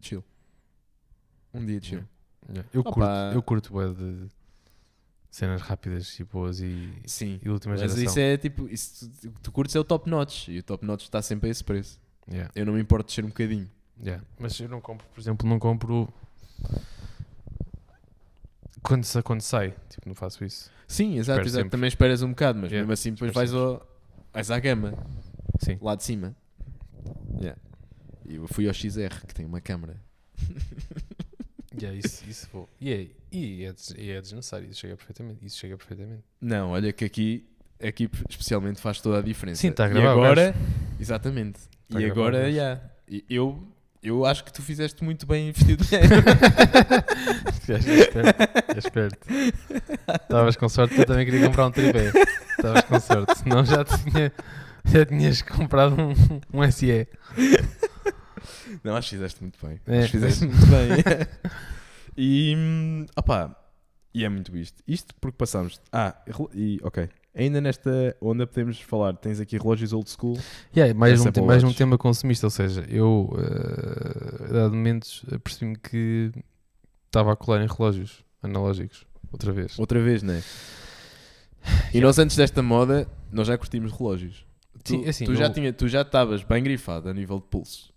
Speaker 1: chill. Um dia chill.
Speaker 2: Yeah. Eu
Speaker 1: Opa.
Speaker 2: curto, eu curto bué de cenas rápidas e boas e,
Speaker 1: Sim.
Speaker 2: e de última
Speaker 1: Mas
Speaker 2: geração.
Speaker 1: isso é tipo, isso, tu, tu curtes é o top notch. E o top notch está sempre a esse preço.
Speaker 2: Yeah,
Speaker 1: Eu não me importo de ser um bocadinho.
Speaker 2: yeah. Mas eu não compro, por exemplo, não compro quando, sa- quando sai. Tipo, não faço isso.
Speaker 1: Sim, exato,
Speaker 2: Espero
Speaker 1: exato.
Speaker 2: sempre.
Speaker 1: Também esperas um bocado, mas
Speaker 2: Yeah,
Speaker 1: mesmo assim depois
Speaker 2: espero
Speaker 1: vais, ao, vais à gama,
Speaker 2: Sim.
Speaker 1: lá de cima. Yeah. E eu fui ao XR, que tem uma câmera.
Speaker 2: Yeah, isso, isso vou. E é, e, é, des- e é desnecessário. Isso chega perfeitamente. Isso chega perfeitamente.
Speaker 1: Não, olha que aqui, aqui especialmente faz toda a diferença.
Speaker 2: Sim, está a
Speaker 1: E
Speaker 2: gravar o
Speaker 1: agora, exatamente.
Speaker 2: Está a
Speaker 1: e
Speaker 2: gravar o
Speaker 1: agora,
Speaker 2: gajo.
Speaker 1: yeah. E eu, eu acho que tu fizeste muito bem investido dinheiro.
Speaker 2: Já esperto. Estavas com sorte que eu também queria comprar um tripé. Estavas com sorte. Senão já, tinha, já tinhas comprado um, um SE.
Speaker 1: Não, acho que fizeste muito bem.
Speaker 2: É,
Speaker 1: acho que fizeste muito bem. e, hum, opá, e é muito isto. Isto porque passámos. Ah, rel- e ok. Ainda nesta onda podemos falar. Tens aqui relógios old school.
Speaker 2: Yeah, mais,
Speaker 1: Essa é
Speaker 2: um, te-
Speaker 1: boa
Speaker 2: mais um
Speaker 1: watch.
Speaker 2: tema consumista, ou seja, eu eh, a dado momentos eh, percebi-me que estava a colar em relógios analógicos, outra vez.
Speaker 1: Outra vez, não é? E nós antes desta moda, nós já curtimos relógios. Tu,
Speaker 2: Sim, assim,
Speaker 1: tu, já
Speaker 2: eu
Speaker 1: tinha, tu já estavas bem grifado a nível de pulso.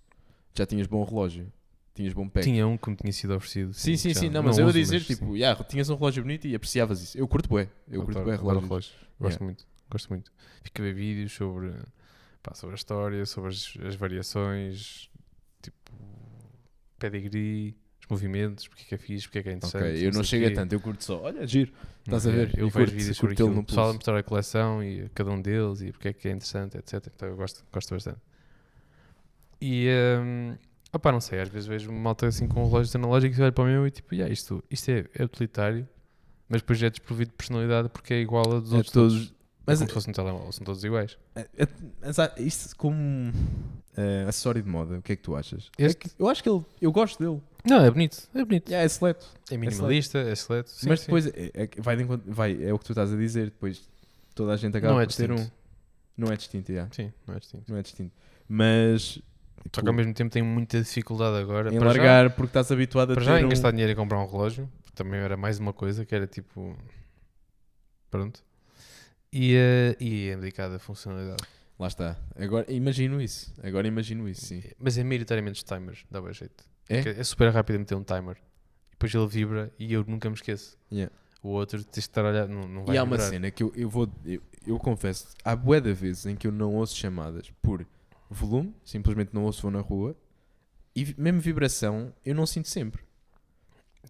Speaker 1: Já tinhas bom relógio. Tinhas bom pé.
Speaker 2: tinha um que me tinha sido oferecido.
Speaker 1: Sim, sim,
Speaker 2: já
Speaker 1: sim. Não, mas eu a
Speaker 2: uso,
Speaker 1: dizer,
Speaker 2: sim.
Speaker 1: tipo, yeah, tinhas um relógio bonito e apreciavas isso. Eu curto bué. Eu curto
Speaker 2: Adoro-
Speaker 1: bué
Speaker 2: adoro
Speaker 1: relógios.
Speaker 2: Gosto muito, gosto muito. Fico a ver vídeos sobre, pá, sobre a história, sobre as, as variações, tipo, pedigree, os movimentos, porque é que é fixe, porque é que é
Speaker 1: Ok,
Speaker 2: interessante.
Speaker 1: eu não
Speaker 2: sei
Speaker 1: chego a
Speaker 2: quê.
Speaker 1: tanto. Eu curto só. Olha, giro. Estás a
Speaker 2: É,
Speaker 1: ver?
Speaker 2: Eu
Speaker 1: E
Speaker 2: vejo
Speaker 1: curto-
Speaker 2: vídeos
Speaker 1: curto ele
Speaker 2: sobre aquilo,
Speaker 1: no
Speaker 2: o pessoal a
Speaker 1: pulso.
Speaker 2: mostrar a coleção e a cada um deles e porque é que é interessante, etc. Então eu gosto, gosto bastante. E, hum, opá, não sei, às vezes vejo uma malta assim com relógios analógicos e olho para o meu e tipo, yeah, isto, isto é, é utilitário, mas depois é desprovido de personalidade porque é igual a dos
Speaker 1: É
Speaker 2: outros todos.
Speaker 1: todos. Mas
Speaker 2: Mas como se fosse um telemóvel, são todos iguais.
Speaker 1: é- é- mas há- isto como eh, acessório de moda, o que é que tu achas?
Speaker 2: Este?
Speaker 1: É que- eu acho que ele, eu gosto dele.
Speaker 2: Não, é bonito, é bonito.
Speaker 1: Yeah, é seleto.
Speaker 2: É minimalista, é seleto. sim,
Speaker 1: mas
Speaker 2: sim.
Speaker 1: depois é, é que vai, de encontro- vai, é o que tu estás a dizer. Depois toda a gente acaba
Speaker 2: não é
Speaker 1: por ter
Speaker 2: distinto.
Speaker 1: um. Não é distinto, já.
Speaker 2: Sim, não é distinto.
Speaker 1: Não é distinto. Mas.
Speaker 2: Só que ao mesmo tempo tenho muita dificuldade agora
Speaker 1: Em
Speaker 2: para já-
Speaker 1: largar, porque estás habituado a
Speaker 2: Para
Speaker 1: ter.
Speaker 2: já em
Speaker 1: um...
Speaker 2: gastar dinheiro em comprar um relógio, porque também era mais uma coisa que era tipo. Pronto. E, eh, e a dedicada funcionalidade.
Speaker 1: Lá está. Agora imagino isso. Agora imagino isso, sim.
Speaker 2: Mas é maioritariamente os timers, dá bem jeito.
Speaker 1: É?
Speaker 2: Porque super rápido meter um timer. Depois ele vibra e eu nunca me esqueço.
Speaker 1: Yeah.
Speaker 2: O outro tens de estar a olhar, não, não vai
Speaker 1: E há uma
Speaker 2: vibrar.
Speaker 1: cena que eu, eu vou. Eu, eu confesso, há bué de vezes em que eu não ouço chamadas por volume, simplesmente não ouço, vou na rua. E vi- mesmo vibração, eu não sinto sempre.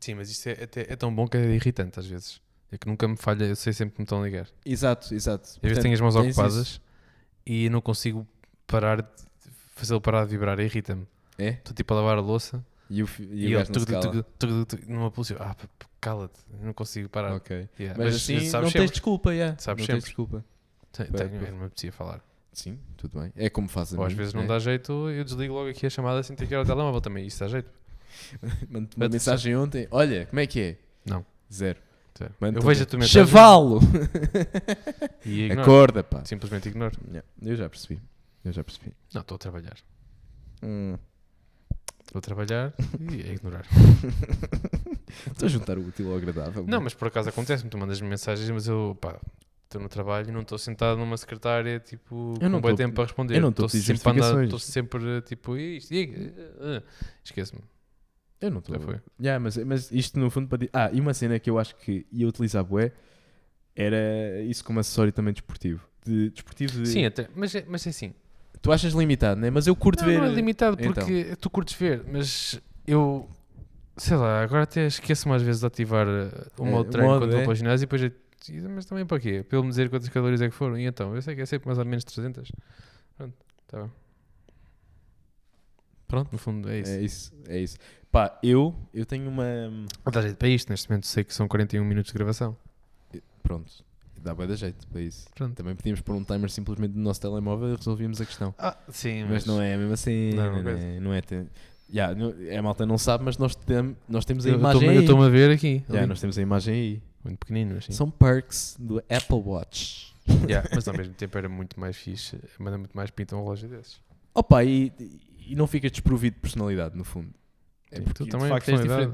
Speaker 2: Sim, mas isto é, até, é tão bom que é irritante às vezes. É que nunca me falha, eu sei sempre que me estão a ligar.
Speaker 1: Exato, exato.
Speaker 2: Às vezes
Speaker 1: Portanto,
Speaker 2: tenho as mãos
Speaker 1: tens isso.
Speaker 2: ocupadas e não consigo parar, de- fazê-lo parar de vibrar, irrita-me.
Speaker 1: É?
Speaker 2: Estou tipo a lavar a louça
Speaker 1: E, o, fi- e,
Speaker 2: e,
Speaker 1: o
Speaker 2: eu
Speaker 1: gajo não se
Speaker 2: tuc, tuc,
Speaker 1: cala.
Speaker 2: tuc, tuc, tuc, numa pulsa, eu, ah, p- p- cala-te, eu não consigo parar.
Speaker 1: Ok.
Speaker 2: Yeah,
Speaker 1: Mas, assim, não
Speaker 2: É, sabes
Speaker 1: tens
Speaker 2: sempre.
Speaker 1: desculpa, yeah.
Speaker 2: Sabes
Speaker 1: não
Speaker 2: sempre.
Speaker 1: tens desculpa.
Speaker 2: Tenho,
Speaker 1: Pera,
Speaker 2: tenho,
Speaker 1: pera.
Speaker 2: eu não me apetecia falar.
Speaker 1: Sim, tudo bem. É como fazem.
Speaker 2: Ou às vezes não dá jeito, eu desligo logo aqui a chamada sem ter que ir ao telemóvel também. Isso dá jeito.
Speaker 1: Mando-te uma
Speaker 2: Mete-te-
Speaker 1: mensagem ontem. Olha, como é que é?
Speaker 2: Não.
Speaker 1: Zero.
Speaker 2: Tá.
Speaker 1: Mando-te
Speaker 2: eu vejo a
Speaker 1: outra.
Speaker 2: tua mensagem
Speaker 1: Chavalo! É
Speaker 2: e ignoro.
Speaker 1: Acorda, pá.
Speaker 2: Simplesmente ignoro.
Speaker 1: Yeah, Eu já percebi. Eu já percebi.
Speaker 2: Não, estou a trabalhar.
Speaker 1: Hum.
Speaker 2: Estou a trabalhar e a ignorar.
Speaker 1: Estou a juntar o útil ao agradável.
Speaker 2: Não, mas por acaso acontece-me, tu mandas-me mensagens, mas eu, pá, estou no trabalho e não estou sentado numa secretária, tipo,
Speaker 1: Eu não
Speaker 2: com bem
Speaker 1: tô-
Speaker 2: tempo para responder.
Speaker 1: eu não tô a pedir
Speaker 2: sempre a andar, estou
Speaker 1: justificações.
Speaker 2: sempre, tipo, isto, e- eh, eh, esquece-me,
Speaker 1: eu não estou.
Speaker 2: já foi.
Speaker 1: Yeah, mas, mas isto no fundo para dizer. Ah, e uma cena que eu acho que ia utilizar bué era isso como acessório também desportivo. De, desportivo de.
Speaker 2: Sim, até, mas, é- mas é assim,
Speaker 1: Tu achas limitado, né? Mas eu curto
Speaker 2: não,
Speaker 1: ver.
Speaker 2: não é limitado
Speaker 1: Então.
Speaker 2: porque tu curtes ver, mas eu, sei lá, agora até esqueço-me às vezes de ativar eh, o
Speaker 1: É,
Speaker 2: modo
Speaker 1: o
Speaker 2: treino
Speaker 1: modo,
Speaker 2: quando vou
Speaker 1: é.
Speaker 2: para o ginásio e depois, eu- mas também para quê? Para ele me dizer quantas calorias é que foram, e então, eu sei que é sempre mais ou menos 300, pronto, tá bom. Pronto, no fundo é isso.
Speaker 1: É isso, é isso. Pá, eu, eu tenho uma. hum,
Speaker 2: Não dá jeito para isto, neste momento sei que são 41 minutos de gravação.
Speaker 1: Pronto, dá bué da jeito para isso.
Speaker 2: Pronto.
Speaker 1: Também podíamos pôr um timer simplesmente no nosso telemóvel e resolvíamos a questão.
Speaker 2: Ah, sim,
Speaker 1: Mas não é mesmo assim,
Speaker 2: Não é
Speaker 1: não,
Speaker 2: uma coisa.
Speaker 1: é? Não é te- Ya, não- a malta não sabe, mas nós, tem- nós temos a
Speaker 2: Eu estou-me-
Speaker 1: imagem é
Speaker 2: eu
Speaker 1: aí.
Speaker 2: estou-me a ver aqui.
Speaker 1: Ya,
Speaker 2: ali.
Speaker 1: nós temos a imagem aí.
Speaker 2: Muito pequenino, mas sim.
Speaker 1: São perks do Apple Watch.
Speaker 2: Yeah, mas ao mesmo tempo era muito mais fixe, manda muito mais pinta um relógio desses.
Speaker 1: Opa, e, e não ficas desprovido de personalidade, no fundo.
Speaker 2: Sim,
Speaker 1: É porque,
Speaker 2: tu
Speaker 1: de
Speaker 2: também é
Speaker 1: facto,
Speaker 2: tens
Speaker 1: és
Speaker 2: idade.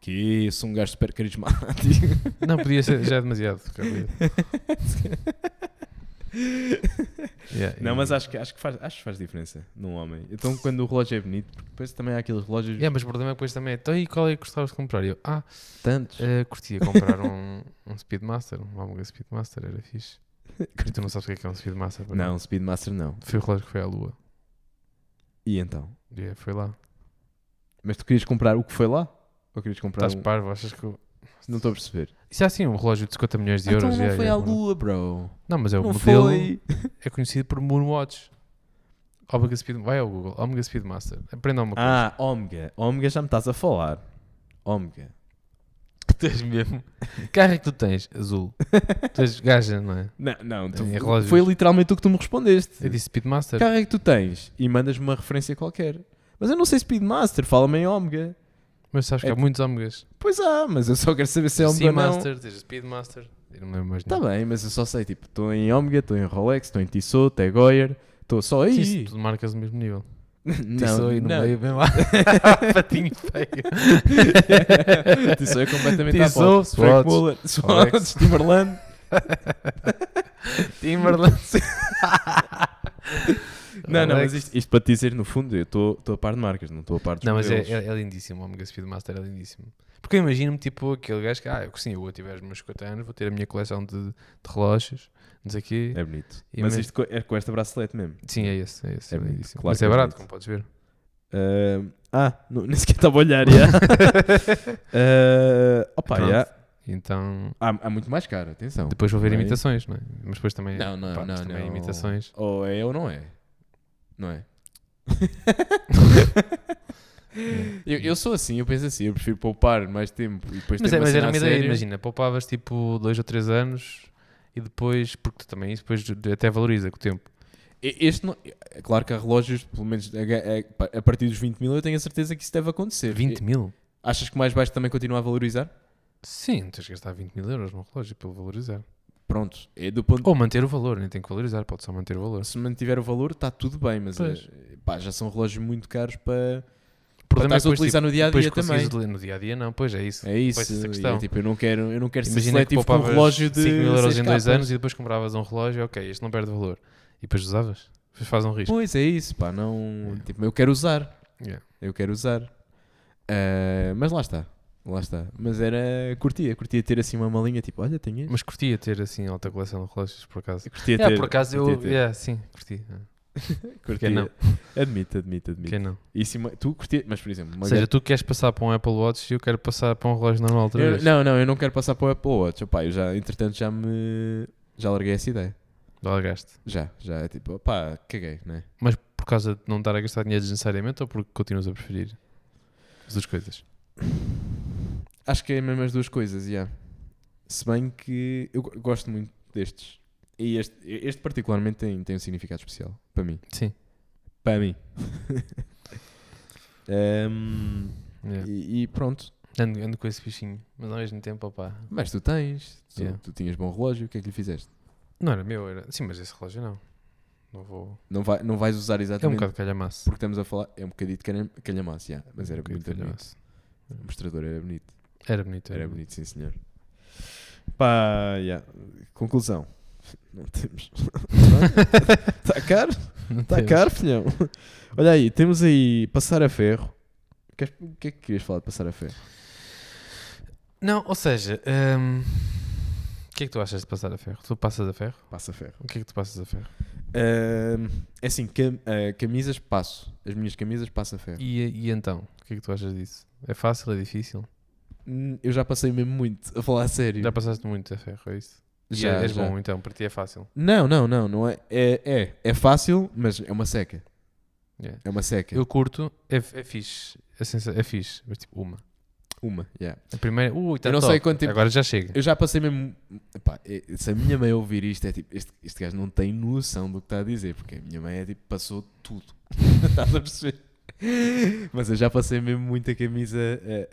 Speaker 1: Que eu sou um gajo super carismático.
Speaker 2: Não, podia ser, já é demasiado. Gabriel. Yeah,
Speaker 1: Não,
Speaker 2: e-
Speaker 1: mas acho que, acho, que faz, acho que faz diferença num homem. Então, quando o relógio é bonito, porque depois também há aqueles relógios
Speaker 2: Yeah, mas o problema é que depois também é, então e qual é que gostavas de comprar? E eu, ah,
Speaker 1: tantos.
Speaker 2: eh, curtia comprar um, um Speedmaster, um Amga Speedmaster, era fixe. E tu não sabes o que é que é um Speedmaster? pois
Speaker 1: Não, Speedmaster não.
Speaker 2: Foi o relógio que foi à lua.
Speaker 1: E então?
Speaker 2: E é, foi lá.
Speaker 1: Mas tu querias comprar o que foi lá? Ou querias comprar
Speaker 2: Estás
Speaker 1: um...
Speaker 2: parvo, achas que. eu-
Speaker 1: Não estou a perceber.
Speaker 2: Isso é assim, um relógio de 50 milhões de
Speaker 1: Ah,
Speaker 2: euros.
Speaker 1: então não
Speaker 2: yeah,
Speaker 1: foi à
Speaker 2: yeah, mano.
Speaker 1: lua, bro.
Speaker 2: Não, mas é o
Speaker 1: não
Speaker 2: modelo.
Speaker 1: foi.
Speaker 2: É conhecido por Moonwatch. Omega Speed. Vai ao Google, Omega Speedmaster. Aprenda alguma coisa.
Speaker 1: Ah, Omega. Omega já me estás a falar. Omega.
Speaker 2: que tens mesmo. Que carro é que tu tens? Azul. tu tens gaja, não é?
Speaker 1: Não, não. tu-
Speaker 2: Em relógios.
Speaker 1: foi literalmente o que tu me respondeste.
Speaker 2: Eu disse Speedmaster.
Speaker 1: Que carro é que tu tens? E mandas-me uma referência qualquer. Mas eu não sei Speedmaster, fala-me em Omega.
Speaker 2: Mas sabes que
Speaker 1: É-
Speaker 2: há muitos Omegas.
Speaker 1: Pois há, mas eu só quero saber se é Tá Omega ou não.
Speaker 2: Seamaster, tens a Speedmaster. Eu não me lembro mais
Speaker 1: Está
Speaker 2: nenhum.
Speaker 1: bem, mas eu só sei, tipo, estou em Omega, estou em Rolex, estou em Tissot, até Goyer, estou só aí.
Speaker 2: Sim, tudo marcas do mesmo nível.
Speaker 1: não,
Speaker 2: aí no
Speaker 1: não.
Speaker 2: meio, bem lá. Patinho feio.
Speaker 1: Tissot é completamente à
Speaker 2: Tissot,
Speaker 1: volta. Frank
Speaker 2: Swatch,
Speaker 1: Muller, Swatch, Timberland.
Speaker 2: Timberland.
Speaker 1: Não, não, mas
Speaker 2: Rolex.
Speaker 1: isto, isto para te dizer, no fundo, eu estou estou a par de marcas, não estou a par dos
Speaker 2: Não, mas é,
Speaker 1: modelos.
Speaker 2: é, é lindíssimo, o Omega Speedmaster é lindíssimo. Porque eu imagino-me, tipo, aquele gajo que, ah, eu, sim, eu vou tiver os meus 50 anos, vou ter a minha coleção de, de relógios, não sei o quê.
Speaker 1: É bonito.
Speaker 2: E
Speaker 1: mas
Speaker 2: mesmo-
Speaker 1: isto co- é com esta bracelete mesmo.
Speaker 2: Sim, é esse, é esse,
Speaker 1: É
Speaker 2: é,
Speaker 1: bonito,
Speaker 2: lindíssimo.
Speaker 1: claro
Speaker 2: Mas
Speaker 1: que é
Speaker 2: é barato,
Speaker 1: bonito.
Speaker 2: como podes ver.
Speaker 1: Ahm, ah, não, nem sequer estava a olhar. já. Ah, opa,
Speaker 2: Pronto.
Speaker 1: já.
Speaker 2: Então,
Speaker 1: Há, há muito mais caro, atenção.
Speaker 2: depois vou ver
Speaker 1: Bem.
Speaker 2: imitações, não é? Mas depois também,
Speaker 1: Não, não,
Speaker 2: pá,
Speaker 1: não,
Speaker 2: mas também
Speaker 1: não.
Speaker 2: imitações.
Speaker 1: Ou é ou não é. Não é? eu, eu sou assim, eu penso assim, eu prefiro poupar mais tempo e depois
Speaker 2: Mas,
Speaker 1: ter
Speaker 2: é-
Speaker 1: uma
Speaker 2: mas
Speaker 1: cena
Speaker 2: era uma
Speaker 1: a
Speaker 2: ideia,
Speaker 1: sério.
Speaker 2: imagina, poupavas tipo 2 ou 3 anos e depois, porque tu também isso depois de- até valoriza com o tempo.
Speaker 1: E- Este não- é claro que há relógios, pelo menos a, a- a partir dos 20 mil, eu tenho a certeza que isso deve acontecer.
Speaker 2: 20
Speaker 1: E-
Speaker 2: mil?
Speaker 1: Achas que mais baixo também continua a valorizar?
Speaker 2: Sim, tens de gastar 20 mil euros num relógio para ele valorizar.
Speaker 1: Pronto, é do ponto
Speaker 2: Ou manter o valor, nem tem que valorizar, pode só manter o valor.
Speaker 1: se mantiver o valor, está tudo bem, mas
Speaker 2: Pois.
Speaker 1: eh, pá, já são relógios muito caros para,
Speaker 2: O
Speaker 1: para
Speaker 2: problema é
Speaker 1: estás a
Speaker 2: depois,
Speaker 1: utilizar no dia a
Speaker 2: tipo,
Speaker 1: dia
Speaker 2: depois
Speaker 1: também.
Speaker 2: conseguires ler- No dia a dia, não, pois é isso.
Speaker 1: É isso,
Speaker 2: Pois, essa
Speaker 1: e é
Speaker 2: questão.
Speaker 1: tipo, eu não quero, eu não
Speaker 2: É,
Speaker 1: quero ser
Speaker 2: Imagina que
Speaker 1: seletivo com um
Speaker 2: poupavas
Speaker 1: relógio de
Speaker 2: 5 mil euros
Speaker 1: seis
Speaker 2: em 2
Speaker 1: capas.
Speaker 2: anos e depois compravas um relógio, ok, este não perde valor. E depois usavas. Depois faz um risco.
Speaker 1: Pois é isso, pá, não. Tipo, eu quero usar.
Speaker 2: Yeah.
Speaker 1: Eu quero usar. Ah, mas lá está. Lá está. Mas era. Curtia, curtia ter assim uma malinha tipo, olha, tenho este.
Speaker 2: Mas curtia ter assim alta coleção de relógios, por acaso.
Speaker 1: Eu Curtia
Speaker 2: É,
Speaker 1: ter,
Speaker 2: por acaso
Speaker 1: curtia
Speaker 2: eu.
Speaker 1: ter.
Speaker 2: Yeah, sim, curti. é.
Speaker 1: Curtia.
Speaker 2: Quem não?
Speaker 1: Admito, admito, admito.
Speaker 2: Quem não?
Speaker 1: E se uma- tu curtia, mas é. por exemplo, uma
Speaker 2: Ou seja,
Speaker 1: gata-
Speaker 2: tu queres passar para um Apple Watch e eu quero passar para um relógio normal outra
Speaker 1: Eu-
Speaker 2: vez.
Speaker 1: não, não, eu não quero passar para o Apple Watch. Opá, eu já, entretanto, já me. Já larguei essa ideia.
Speaker 2: Largaste.
Speaker 1: Já, já é tipo, opá, caguei, né?
Speaker 2: Mas por causa de não estar a gastar dinheiro desnecessariamente ou porque continuas a preferir as duas coisas?
Speaker 1: Acho que é mesmo as duas coisas, já. Se bem que eu go- gosto muito destes. E este, este particularmente tem, tem um significado especial para mim.
Speaker 2: Sim.
Speaker 1: Para mim. Ahm,
Speaker 2: Yeah.
Speaker 1: e, e pronto.
Speaker 2: É. Ando, ando com esse bichinho, mas ao mesmo tempo, opá.
Speaker 1: Mas tu tens, tu,
Speaker 2: Yeah.
Speaker 1: tu tinhas bom relógio, o que é que lhe fizeste?
Speaker 2: Não era meu, era. Sim, mas esse relógio não. Não vou.
Speaker 1: Não, vai, não vais usar
Speaker 2: É um
Speaker 1: exatamente
Speaker 2: bocado calhamaço.
Speaker 1: porque estamos a falar. É um bocadinho de calham- calhamaço, já. Mas era
Speaker 2: Um bocado
Speaker 1: muito bonito.
Speaker 2: calhamaço.
Speaker 1: O mostrador era bonito.
Speaker 2: Era bonito.
Speaker 1: Era bonito, sim senhor. Pá, já. Conclusão. Não temos. Está caro?
Speaker 2: Não
Speaker 1: Está
Speaker 2: teve.
Speaker 1: Tá caro, filhão. Olha aí, temos aí passar a ferro. Queres- O que é que querias falar de passar a ferro?
Speaker 2: Não, ou seja, hum, o que é que tu achas de passar a ferro? Tu passas a ferro?
Speaker 1: Passa a ferro.
Speaker 2: O que é que tu passas a ferro?
Speaker 1: Ahm, é assim, cam- ah, camisas passo. As minhas camisas passo a ferro.
Speaker 2: E, e então, o que é que tu achas disso? É fácil? É difícil?
Speaker 1: Hum, Eu já passei mesmo muito, a falar a sério.
Speaker 2: Já passaste muito a ferro, é isso? E
Speaker 1: Já,
Speaker 2: és
Speaker 1: já.
Speaker 2: bom então, para ti é fácil.
Speaker 1: Não, não, não, não é, é. É é fácil, mas é uma seca.
Speaker 2: Yeah.
Speaker 1: É uma seca.
Speaker 2: Eu curto, é, é fixe. É, sensa- é fixe, mas tipo uma.
Speaker 1: Uma, yeah.
Speaker 2: A primeira, ui, tá
Speaker 1: Eu não
Speaker 2: top.
Speaker 1: sei quanto tempo-
Speaker 2: Agora já chega.
Speaker 1: Eu já passei mesmo. Epá, é- se a minha mãe ouvir isto, é tipo, este, este gajo não tem noção do que está a dizer, porque a minha mãe é tipo, passou tudo. Estás a perceber? Mas eu já passei mesmo muita camisa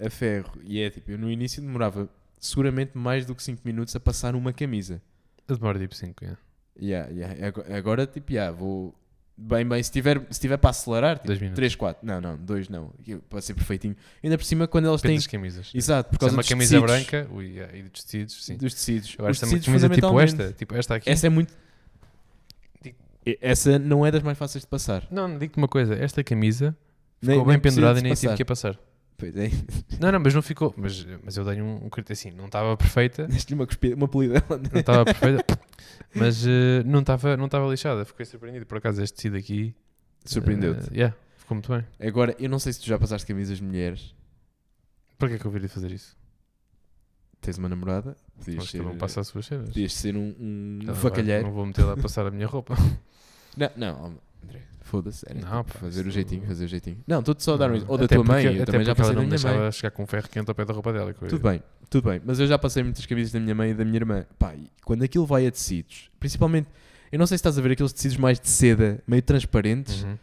Speaker 1: a, a ferro. E é tipo, eu no início demorava seguramente mais do que 5 minutos a passar uma camisa.
Speaker 2: Eu demoro tipo 5. Yeah.
Speaker 1: Yeah, yeah. Ago- Agora, tipo, yeah, vou. Bem, bem, se tiver, se tiver para acelerar,
Speaker 2: Dois
Speaker 1: tipo,
Speaker 2: minutos.
Speaker 1: 3, 4. Não, não, 2 não. Eu- Para ser perfeitinho. Ainda por cima, quando elas
Speaker 2: Depende
Speaker 1: têm.
Speaker 2: das camisas. Se
Speaker 1: Exato, por
Speaker 2: é
Speaker 1: causa
Speaker 2: uma
Speaker 1: dos
Speaker 2: camisa
Speaker 1: tecidos.
Speaker 2: branca ui, yeah, e dos tecidos, sim.
Speaker 1: Dos tecidos.
Speaker 2: Agora,
Speaker 1: Os
Speaker 2: se é uma
Speaker 1: tecidos,
Speaker 2: camisa tipo
Speaker 1: fundamentalmente.
Speaker 2: esta, tipo esta aqui.
Speaker 1: Essa é muito. E- Essa não é das mais fáceis de passar.
Speaker 2: Não, não, digo-te uma coisa, esta camisa
Speaker 1: Nem-
Speaker 2: ficou bem
Speaker 1: nem precisa
Speaker 2: pendurada e
Speaker 1: de
Speaker 2: nem tive
Speaker 1: passar.
Speaker 2: que a passar.
Speaker 1: Pois é.
Speaker 2: Não, não, mas não ficou. Mas, mas eu dei um, um crit- assim, não estava perfeita,
Speaker 1: Deste-lhe uma cuspida, uma polida.
Speaker 2: não estava perfeita, mas eh, não estava não estava lixada. Fiquei surpreendido, por acaso, este tecido aqui.
Speaker 1: Surpreendeu-te.
Speaker 2: eh, yeah, ficou muito bem.
Speaker 1: Agora, eu não sei se tu já passaste camisas de mulheres.
Speaker 2: Para que é que eu viria fazer isso?
Speaker 1: Tens uma namorada. Podias
Speaker 2: Mas
Speaker 1: ser,
Speaker 2: cada um passa as suas cenas.
Speaker 1: podias ser um, um
Speaker 2: Cada um vai-
Speaker 1: facalheiro.
Speaker 2: Não vou meter lá a passar a minha roupa.
Speaker 1: Não, não, André. Foda-se. Era
Speaker 2: Não,
Speaker 1: tipo,
Speaker 2: pá,
Speaker 1: fazer
Speaker 2: isso-
Speaker 1: o jeitinho, fazer o jeitinho. Não, estou-te só a dar um. Ou da
Speaker 2: Até
Speaker 1: tua
Speaker 2: porque-
Speaker 1: mãe. Eu
Speaker 2: até
Speaker 1: também já
Speaker 2: porque
Speaker 1: passei
Speaker 2: ela
Speaker 1: da
Speaker 2: não me
Speaker 1: minha
Speaker 2: deixava
Speaker 1: mãe.
Speaker 2: chegar com um ferro quente ao pé da roupa dela.
Speaker 1: Tudo bem, tudo bem. Mas eu já passei muitas camisas da minha mãe e da minha irmã. Pá, e quando aquilo vai a tecidos, principalmente. Eu não sei se estás a ver aqueles tecidos mais de seda, meio transparentes.
Speaker 2: Uhum.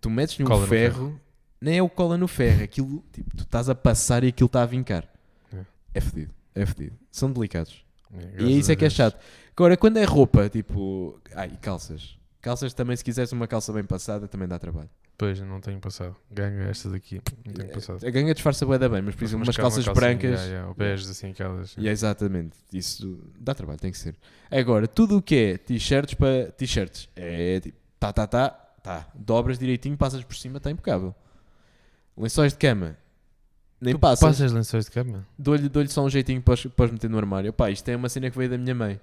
Speaker 1: tu metes num
Speaker 2: Cola
Speaker 1: um ferro,
Speaker 2: no
Speaker 1: nem é o cola no ferro, aquilo, tipo, tu estás a passar e aquilo está a vincar.
Speaker 2: É.
Speaker 1: É fedido, é fedido. São delicados.
Speaker 2: É,
Speaker 1: e é isso é que é
Speaker 2: graças a Deus.
Speaker 1: chato. Agora, quando é roupa, tipo. Ai, e calças. Calças também, se quiseres uma calça bem passada, também dá trabalho.
Speaker 2: Pois, eu não tenho passado. Ganho estas aqui. Não tenho passado.
Speaker 1: A ganga disfarça bué da bem, É, mas por exemplo, umas calças brancas.
Speaker 2: Yeah, yeah, ou beijos, assim, aquelas.
Speaker 1: E é exatamente, isso dá trabalho, tem que ser. Agora, tudo o que é t-shirts para t-shirts, é tipo, tá, tá, tá, tá, dobras direitinho, passas por cima, está impecável. Lençóis de cama, nem
Speaker 2: Tu
Speaker 1: passas,
Speaker 2: passas lençóis de cama?
Speaker 1: dou-lhe dou-lhe só um jeitinho para os, para os meter no armário. Pá, isto é uma cena que veio da minha mãe,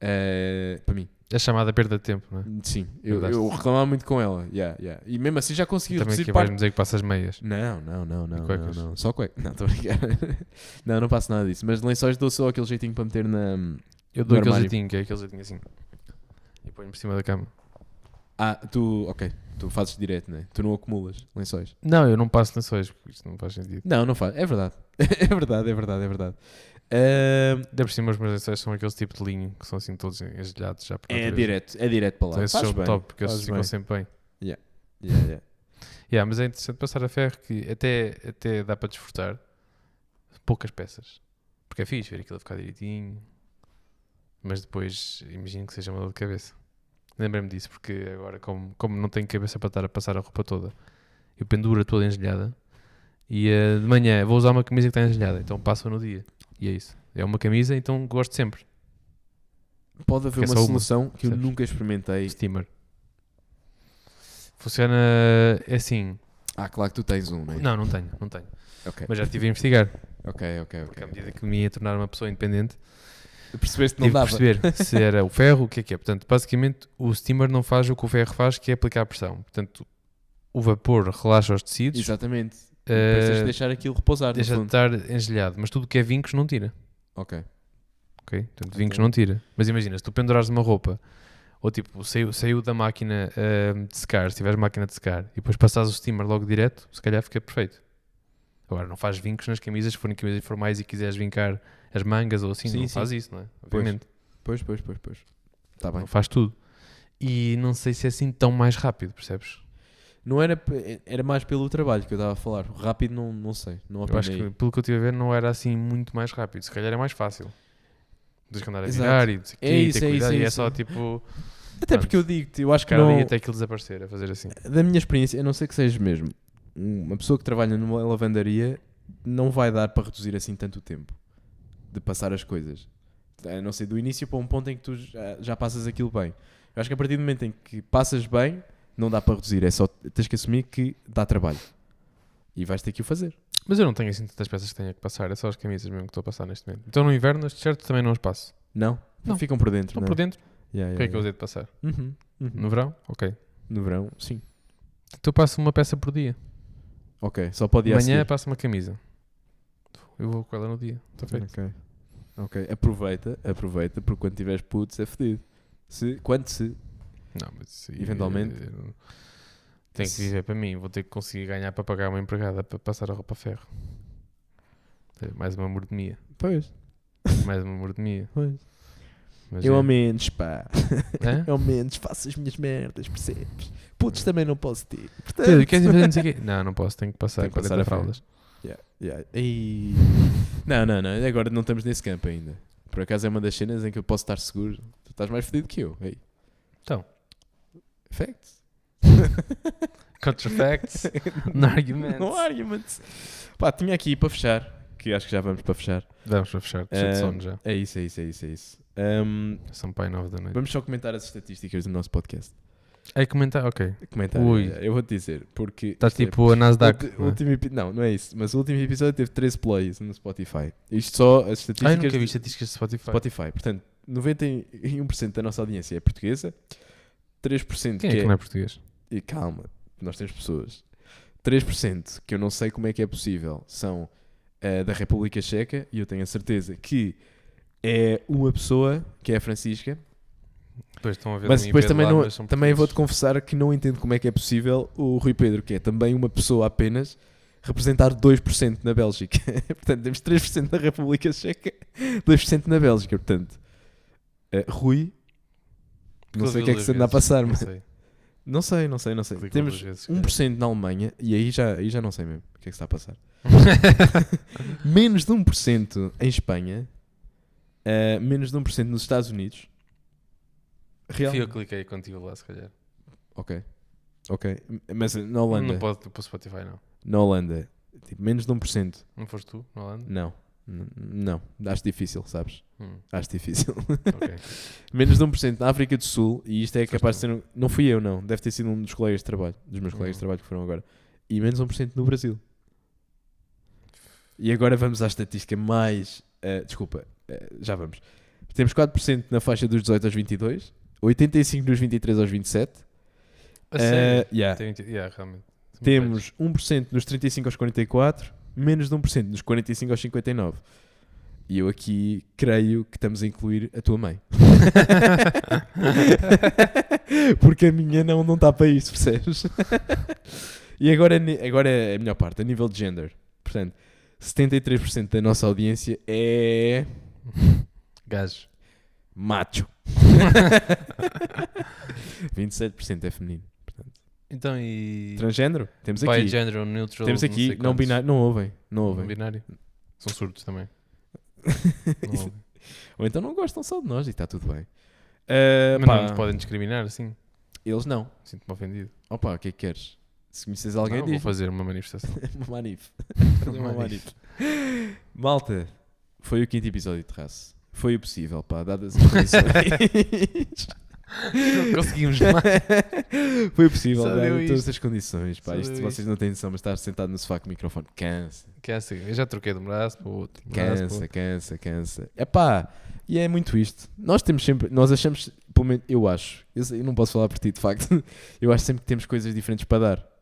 Speaker 1: Eh, para mim,
Speaker 2: É chamada perda de tempo, não é?
Speaker 1: sim, eu,
Speaker 2: Mandaste.
Speaker 1: eu reclamava muito com ela, yeah, yeah. e mesmo assim já consegui
Speaker 2: Também
Speaker 1: reduzir
Speaker 2: aqui
Speaker 1: parte
Speaker 2: vais-me dizer que passas meias.
Speaker 1: não, não, não, não, não,
Speaker 2: cuecas?
Speaker 1: não. Só cueca. Não, estou a brincar. não, não passo nada disso. Mas lençóis dou só aquele jeitinho para meter na,
Speaker 2: Eu dou
Speaker 1: No
Speaker 2: aquele
Speaker 1: armário.
Speaker 2: jeitinho, que é aquele jeitinho assim. E ponho por cima da cama.
Speaker 1: Ah, tu, ok, tu fazes direto, né? Tu não acumulas lençóis.
Speaker 2: Não, eu não passo lençóis, porque isto não faz sentido.
Speaker 1: Não, não faz, é verdade. É verdade, é verdade, é verdade. Ahm,
Speaker 2: Ainda por cima, os meus lençóis são aqueles tipo de linho, que são assim todos engelhados já por
Speaker 1: é
Speaker 2: natureza.
Speaker 1: direto, é direto para lá.
Speaker 2: Então esses
Speaker 1: Fazes
Speaker 2: são
Speaker 1: bem,
Speaker 2: top, porque
Speaker 1: fazes
Speaker 2: esses ficam
Speaker 1: bem.
Speaker 2: sempre bem.
Speaker 1: Yeah, yeah.
Speaker 2: Yeah, mas é interessante passar a ferro, que até, até dá para desfrutar poucas peças. Porque é fixe ver aquilo a ficar direitinho. Mas depois imagino que seja uma dor de cabeça. Lembrei-me disso, porque agora, como, como não tenho cabeça para estar a passar a roupa toda, eu penduro toda engelhada e eh, de manhã vou usar uma camisa que está engelhada, então passo no dia. E é isso. É uma camisa, então gosto sempre.
Speaker 1: Pode haver
Speaker 2: Porque é
Speaker 1: uma
Speaker 2: só uma,
Speaker 1: solução que eu
Speaker 2: percebes?
Speaker 1: nunca experimentei.
Speaker 2: Steamer. Funciona é assim.
Speaker 1: Ah, claro que tu tens um, não é?
Speaker 2: Não, não tenho, não tenho.
Speaker 1: Ok,
Speaker 2: Mas já estive a investigar.
Speaker 1: ok, ok. ok.
Speaker 2: Porque à medida que me ia tornar uma pessoa independente,
Speaker 1: Percebeste que
Speaker 2: tive
Speaker 1: não
Speaker 2: de
Speaker 1: dava?
Speaker 2: perceber se era o ferro, o que é que é. Portanto, basicamente, o steamer não faz o que o ferro faz, que é aplicar pressão. Portanto, o vapor relaxa os tecidos,
Speaker 1: Exatamente.
Speaker 2: eh,
Speaker 1: Depois tens de deixar aquilo repousar,
Speaker 2: deixa
Speaker 1: no
Speaker 2: de
Speaker 1: fundo.
Speaker 2: estar engelhado. Mas tudo o que é vincos não tira.
Speaker 1: Ok.
Speaker 2: Ok? Portanto, vincos não tira. Mas imagina, se tu pendurares uma roupa, ou tipo, saiu, saiu da máquina ahm, de secar, se tiveres máquina de secar, e depois passares o steamer logo direto, se calhar fica perfeito. Agora, não faz vincos nas camisas, se forem camisas formais e quiseres vincar as mangas ou assim,
Speaker 1: Sim,
Speaker 2: não
Speaker 1: sim.
Speaker 2: faz isso, não é?
Speaker 1: Pois.
Speaker 2: Obviamente.
Speaker 1: Pois, pois, pois, pois. Está Tá bem.
Speaker 2: Não faz tudo. E não sei se é assim tão mais rápido, percebes?
Speaker 1: Não era, p- era mais pelo trabalho que eu estava a falar. Rápido não, não sei. Não
Speaker 2: Eu acho
Speaker 1: apanhei.
Speaker 2: que, pelo que eu estive a ver, não era assim muito mais rápido. Se calhar é mais fácil. Tens que andar a
Speaker 1: Exato.
Speaker 2: virar e não sei o quê,
Speaker 1: É
Speaker 2: e
Speaker 1: isso,
Speaker 2: ter
Speaker 1: é
Speaker 2: cuidado,
Speaker 1: isso, é
Speaker 2: e é
Speaker 1: isso.
Speaker 2: só tipo.
Speaker 1: Até
Speaker 2: Pronto.
Speaker 1: porque eu digo-te, eu acho que
Speaker 2: Cara
Speaker 1: não,
Speaker 2: ali até aquilo desaparecer, a fazer assim.
Speaker 1: da minha experiência, a não ser que seja mesmo uma pessoa que trabalha numa lavandaria, não vai dar para reduzir assim tanto o tempo de passar as coisas. A não ser do início para um ponto em que tu já, já passas aquilo bem. Eu acho que a partir do momento em que passas bem, não dá para reduzir. É só tens que assumir que dá trabalho. E vais ter que o fazer.
Speaker 2: Mas eu não tenho assim tantas peças que tenha que passar, é só as camisas mesmo que estou a passar neste momento. Então no inverno as t-shirts também não as passo.
Speaker 1: Não?
Speaker 2: Não.
Speaker 1: Ficam por dentro.
Speaker 2: Estão
Speaker 1: Não?
Speaker 2: por dentro,
Speaker 1: Yeah,
Speaker 2: o que é que
Speaker 1: yeah,
Speaker 2: eu usei de passar?
Speaker 1: yeah. Uhum, uhum.
Speaker 2: No verão? Ok.
Speaker 1: No verão, sim.
Speaker 2: Então eu passo uma peça por dia.
Speaker 1: Ok, só pode ir
Speaker 2: Amanhã passo uma camisa. Eu vou com ela no dia. Está feito.
Speaker 1: Ok. Ok, aproveita, aproveita, porque quando tiveres putos é fedido. Se, quando se.
Speaker 2: Não, mas isso aí,
Speaker 1: Eventualmente.
Speaker 2: eh, Tem que
Speaker 1: Isso-
Speaker 2: viver para mim. Vou ter que conseguir ganhar para pagar uma empregada para passar a roupa a ferro. É Mais uma mordomia.
Speaker 1: Pois,
Speaker 2: Mais uma mordomia.
Speaker 1: pois.
Speaker 2: Mas
Speaker 1: Eu
Speaker 2: é.
Speaker 1: ao menos, pá.
Speaker 2: Hã?
Speaker 1: Eu ao menos faço as minhas merdas, percebes? Putos também não posso ter.
Speaker 2: Tu Queres ir fazer não sei o quê? Não, não posso. Tenho que passar
Speaker 1: Tem que
Speaker 2: 40
Speaker 1: passar a ferro.
Speaker 2: fraldas.
Speaker 1: Yeah, yeah. E- Não, não, não. Agora não estamos nesse campo ainda. Por acaso é uma das cenas em que eu posso estar seguro. Tu estás mais fedido que eu. Ei.
Speaker 2: Então.
Speaker 1: Facts.
Speaker 2: Counter facts. no arguments.
Speaker 1: No arguments. Pá, tinha aqui para fechar. Que acho que já vamos para fechar.
Speaker 2: Vamos para fechar. Estou
Speaker 1: Eh,
Speaker 2: de sono já.
Speaker 1: É isso, é isso, é isso, é isso. Ahm,
Speaker 2: São pai 9 da noite.
Speaker 1: vamos só comentar as estatísticas do nosso podcast.
Speaker 2: É comentar, ok.
Speaker 1: Comentar.
Speaker 2: Ui.
Speaker 1: eh, Eu vou te dizer, porque.
Speaker 2: Estás
Speaker 1: isto é-
Speaker 2: tipo a Nasdaq.
Speaker 1: Ulti-
Speaker 2: não é?
Speaker 1: último epi- não, não é isso. Mas o último episódio teve 13 plays no Spotify. Isto só as
Speaker 2: Ai,
Speaker 1: estatísticas
Speaker 2: nunca vi
Speaker 1: do
Speaker 2: estatísticas de Spotify.
Speaker 1: Spotify. Portanto, 91% da nossa audiência é portuguesa. 3%
Speaker 2: Quem é que não é português?
Speaker 1: E calma, nós temos pessoas. 3% que eu não sei como é que é possível são eh, da República Checa e eu tenho a certeza que é uma pessoa que é a Francisca
Speaker 2: Depois estão a ver
Speaker 1: mas
Speaker 2: um
Speaker 1: depois
Speaker 2: IP
Speaker 1: também,
Speaker 2: lá,
Speaker 1: não-
Speaker 2: mas são
Speaker 1: também vou-te
Speaker 2: portugueses.
Speaker 1: confessar que não entendo como é que é possível o Rui Pedro, que é também uma pessoa apenas, representar 2% na Bélgica. portanto, temos 3% na República Checa, 2% na Bélgica. Portanto, eh, Rui, não sei o que é que se anda a passar,
Speaker 2: Não
Speaker 1: mas
Speaker 2: sei.
Speaker 1: não sei, não sei, não sei.
Speaker 2: Clicou
Speaker 1: Temos
Speaker 2: duas vezes, cara.
Speaker 1: 1% na Alemanha e aí já, aí já não sei mesmo o que é que está a passar. menos de 1% em Espanha, eh, menos de 1% nos Estados Unidos. Real.
Speaker 2: Fui eu que cliquei contigo lá, se calhar.
Speaker 1: Ok. Ok. Mas na Holanda.
Speaker 2: Não pode para o Spotify, não.
Speaker 1: Na Holanda. Tipo, menos de 1%.
Speaker 2: Não foste tu, na Holanda?
Speaker 1: Não. N- Não. Acho difícil, sabes?
Speaker 2: Hum,
Speaker 1: Acho difícil.
Speaker 2: ok.
Speaker 1: menos de 1% na África do Sul. E isto é
Speaker 2: Foste
Speaker 1: capaz de
Speaker 2: tu.
Speaker 1: ser. um- Não fui eu, não. Deve ter sido um dos colegas de trabalho. Dos meus colegas de
Speaker 2: Hum.
Speaker 1: trabalho que foram agora. E menos 1% no Brasil. E agora vamos à estatística mais. eh, desculpa. eh, já vamos. Temos 4% na faixa dos 18 aos 22. 85% dos 23 aos 27.
Speaker 2: A
Speaker 1: Eh,
Speaker 2: sério?
Speaker 1: yeah.
Speaker 2: Tem inter- yeah, realmente. São
Speaker 1: Temos 1% nos 35 aos 44, menos de 1% nos 45 aos 59. E eu aqui creio que estamos a incluir a tua mãe. Porque a minha não não está para isso, percebes? e agora, ni- agora é a melhor parte, a nível de gender. Portanto, 73% da nossa audiência é
Speaker 2: Gajos.
Speaker 1: macho. 27% é feminino.
Speaker 2: Então e.
Speaker 1: Transgênero? Temos
Speaker 2: By
Speaker 1: aqui.
Speaker 2: gender neutral.
Speaker 1: Temos
Speaker 2: não
Speaker 1: aqui
Speaker 2: sei
Speaker 1: não
Speaker 2: quantos.
Speaker 1: binário. Não ouvem. Não
Speaker 2: Não
Speaker 1: ouvem.
Speaker 2: binário. São surdos também. Não ouvem.
Speaker 1: Ou então não gostam só de nós e está tudo bem. Ah,
Speaker 2: Mas
Speaker 1: pá,
Speaker 2: não nos podem discriminar assim.
Speaker 1: Eles não.
Speaker 2: Sinto-me ofendido.
Speaker 1: Opa, o que é que queres? Se conheces alguém,
Speaker 2: Não, vou
Speaker 1: diz.
Speaker 2: fazer uma manifestação.
Speaker 1: uma manif. Fazer uma manif. Malta, foi o quinto episódio de terraço. Foi o possível, pá, dadas as condições.
Speaker 2: Não
Speaker 1: um
Speaker 2: conseguimos mais.
Speaker 1: Foi possível,
Speaker 2: Só
Speaker 1: dadas
Speaker 2: deu
Speaker 1: todas
Speaker 2: isto.
Speaker 1: as condições, pá.
Speaker 2: Só
Speaker 1: Isto
Speaker 2: deu
Speaker 1: vocês não têm noção, mas estar sentado no sofá com o microfone cansa.
Speaker 2: Que é assim, eu já troquei de um braço para o outro. de um braço para o
Speaker 1: Cansa, cansa, cansa. É pá, e é muito isto. Nós temos sempre, nós achamos, pelo menos eu acho, eu, sei- eu não posso falar por ti de facto, eu acho sempre que temos coisas diferentes para dar.
Speaker 2: outro.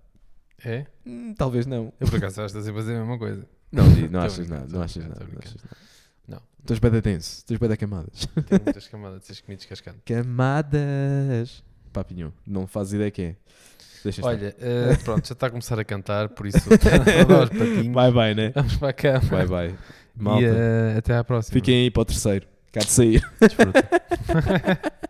Speaker 2: É?
Speaker 1: Hum, talvez não.
Speaker 2: Eu por acaso acho que estás sempre a fazer a mesma coisa.
Speaker 1: Não, não,
Speaker 2: Tô
Speaker 1: achas
Speaker 2: brincando,
Speaker 1: nada,
Speaker 2: tô
Speaker 1: não achas
Speaker 2: brincando,
Speaker 1: nada,
Speaker 2: tô
Speaker 1: não
Speaker 2: brincando.
Speaker 1: achas nada.
Speaker 2: Não.
Speaker 1: Tu és bada denso, tu és bada camadas.
Speaker 2: Tem muitas camadas, tens que me descascar.
Speaker 1: Camadas. Papinho, não fazes ideia que é. Deixa estar.
Speaker 2: Olha, eh, pronto, já está a começar a cantar, por isso vou dar os patinhos.
Speaker 1: Bye bye, né?
Speaker 2: Vamos para a cama.
Speaker 1: Bye bye.
Speaker 2: E
Speaker 1: Malta.
Speaker 2: eh, até à próxima.
Speaker 1: Fiquem aí para o terceiro. Cá de sair.
Speaker 2: Desfruta.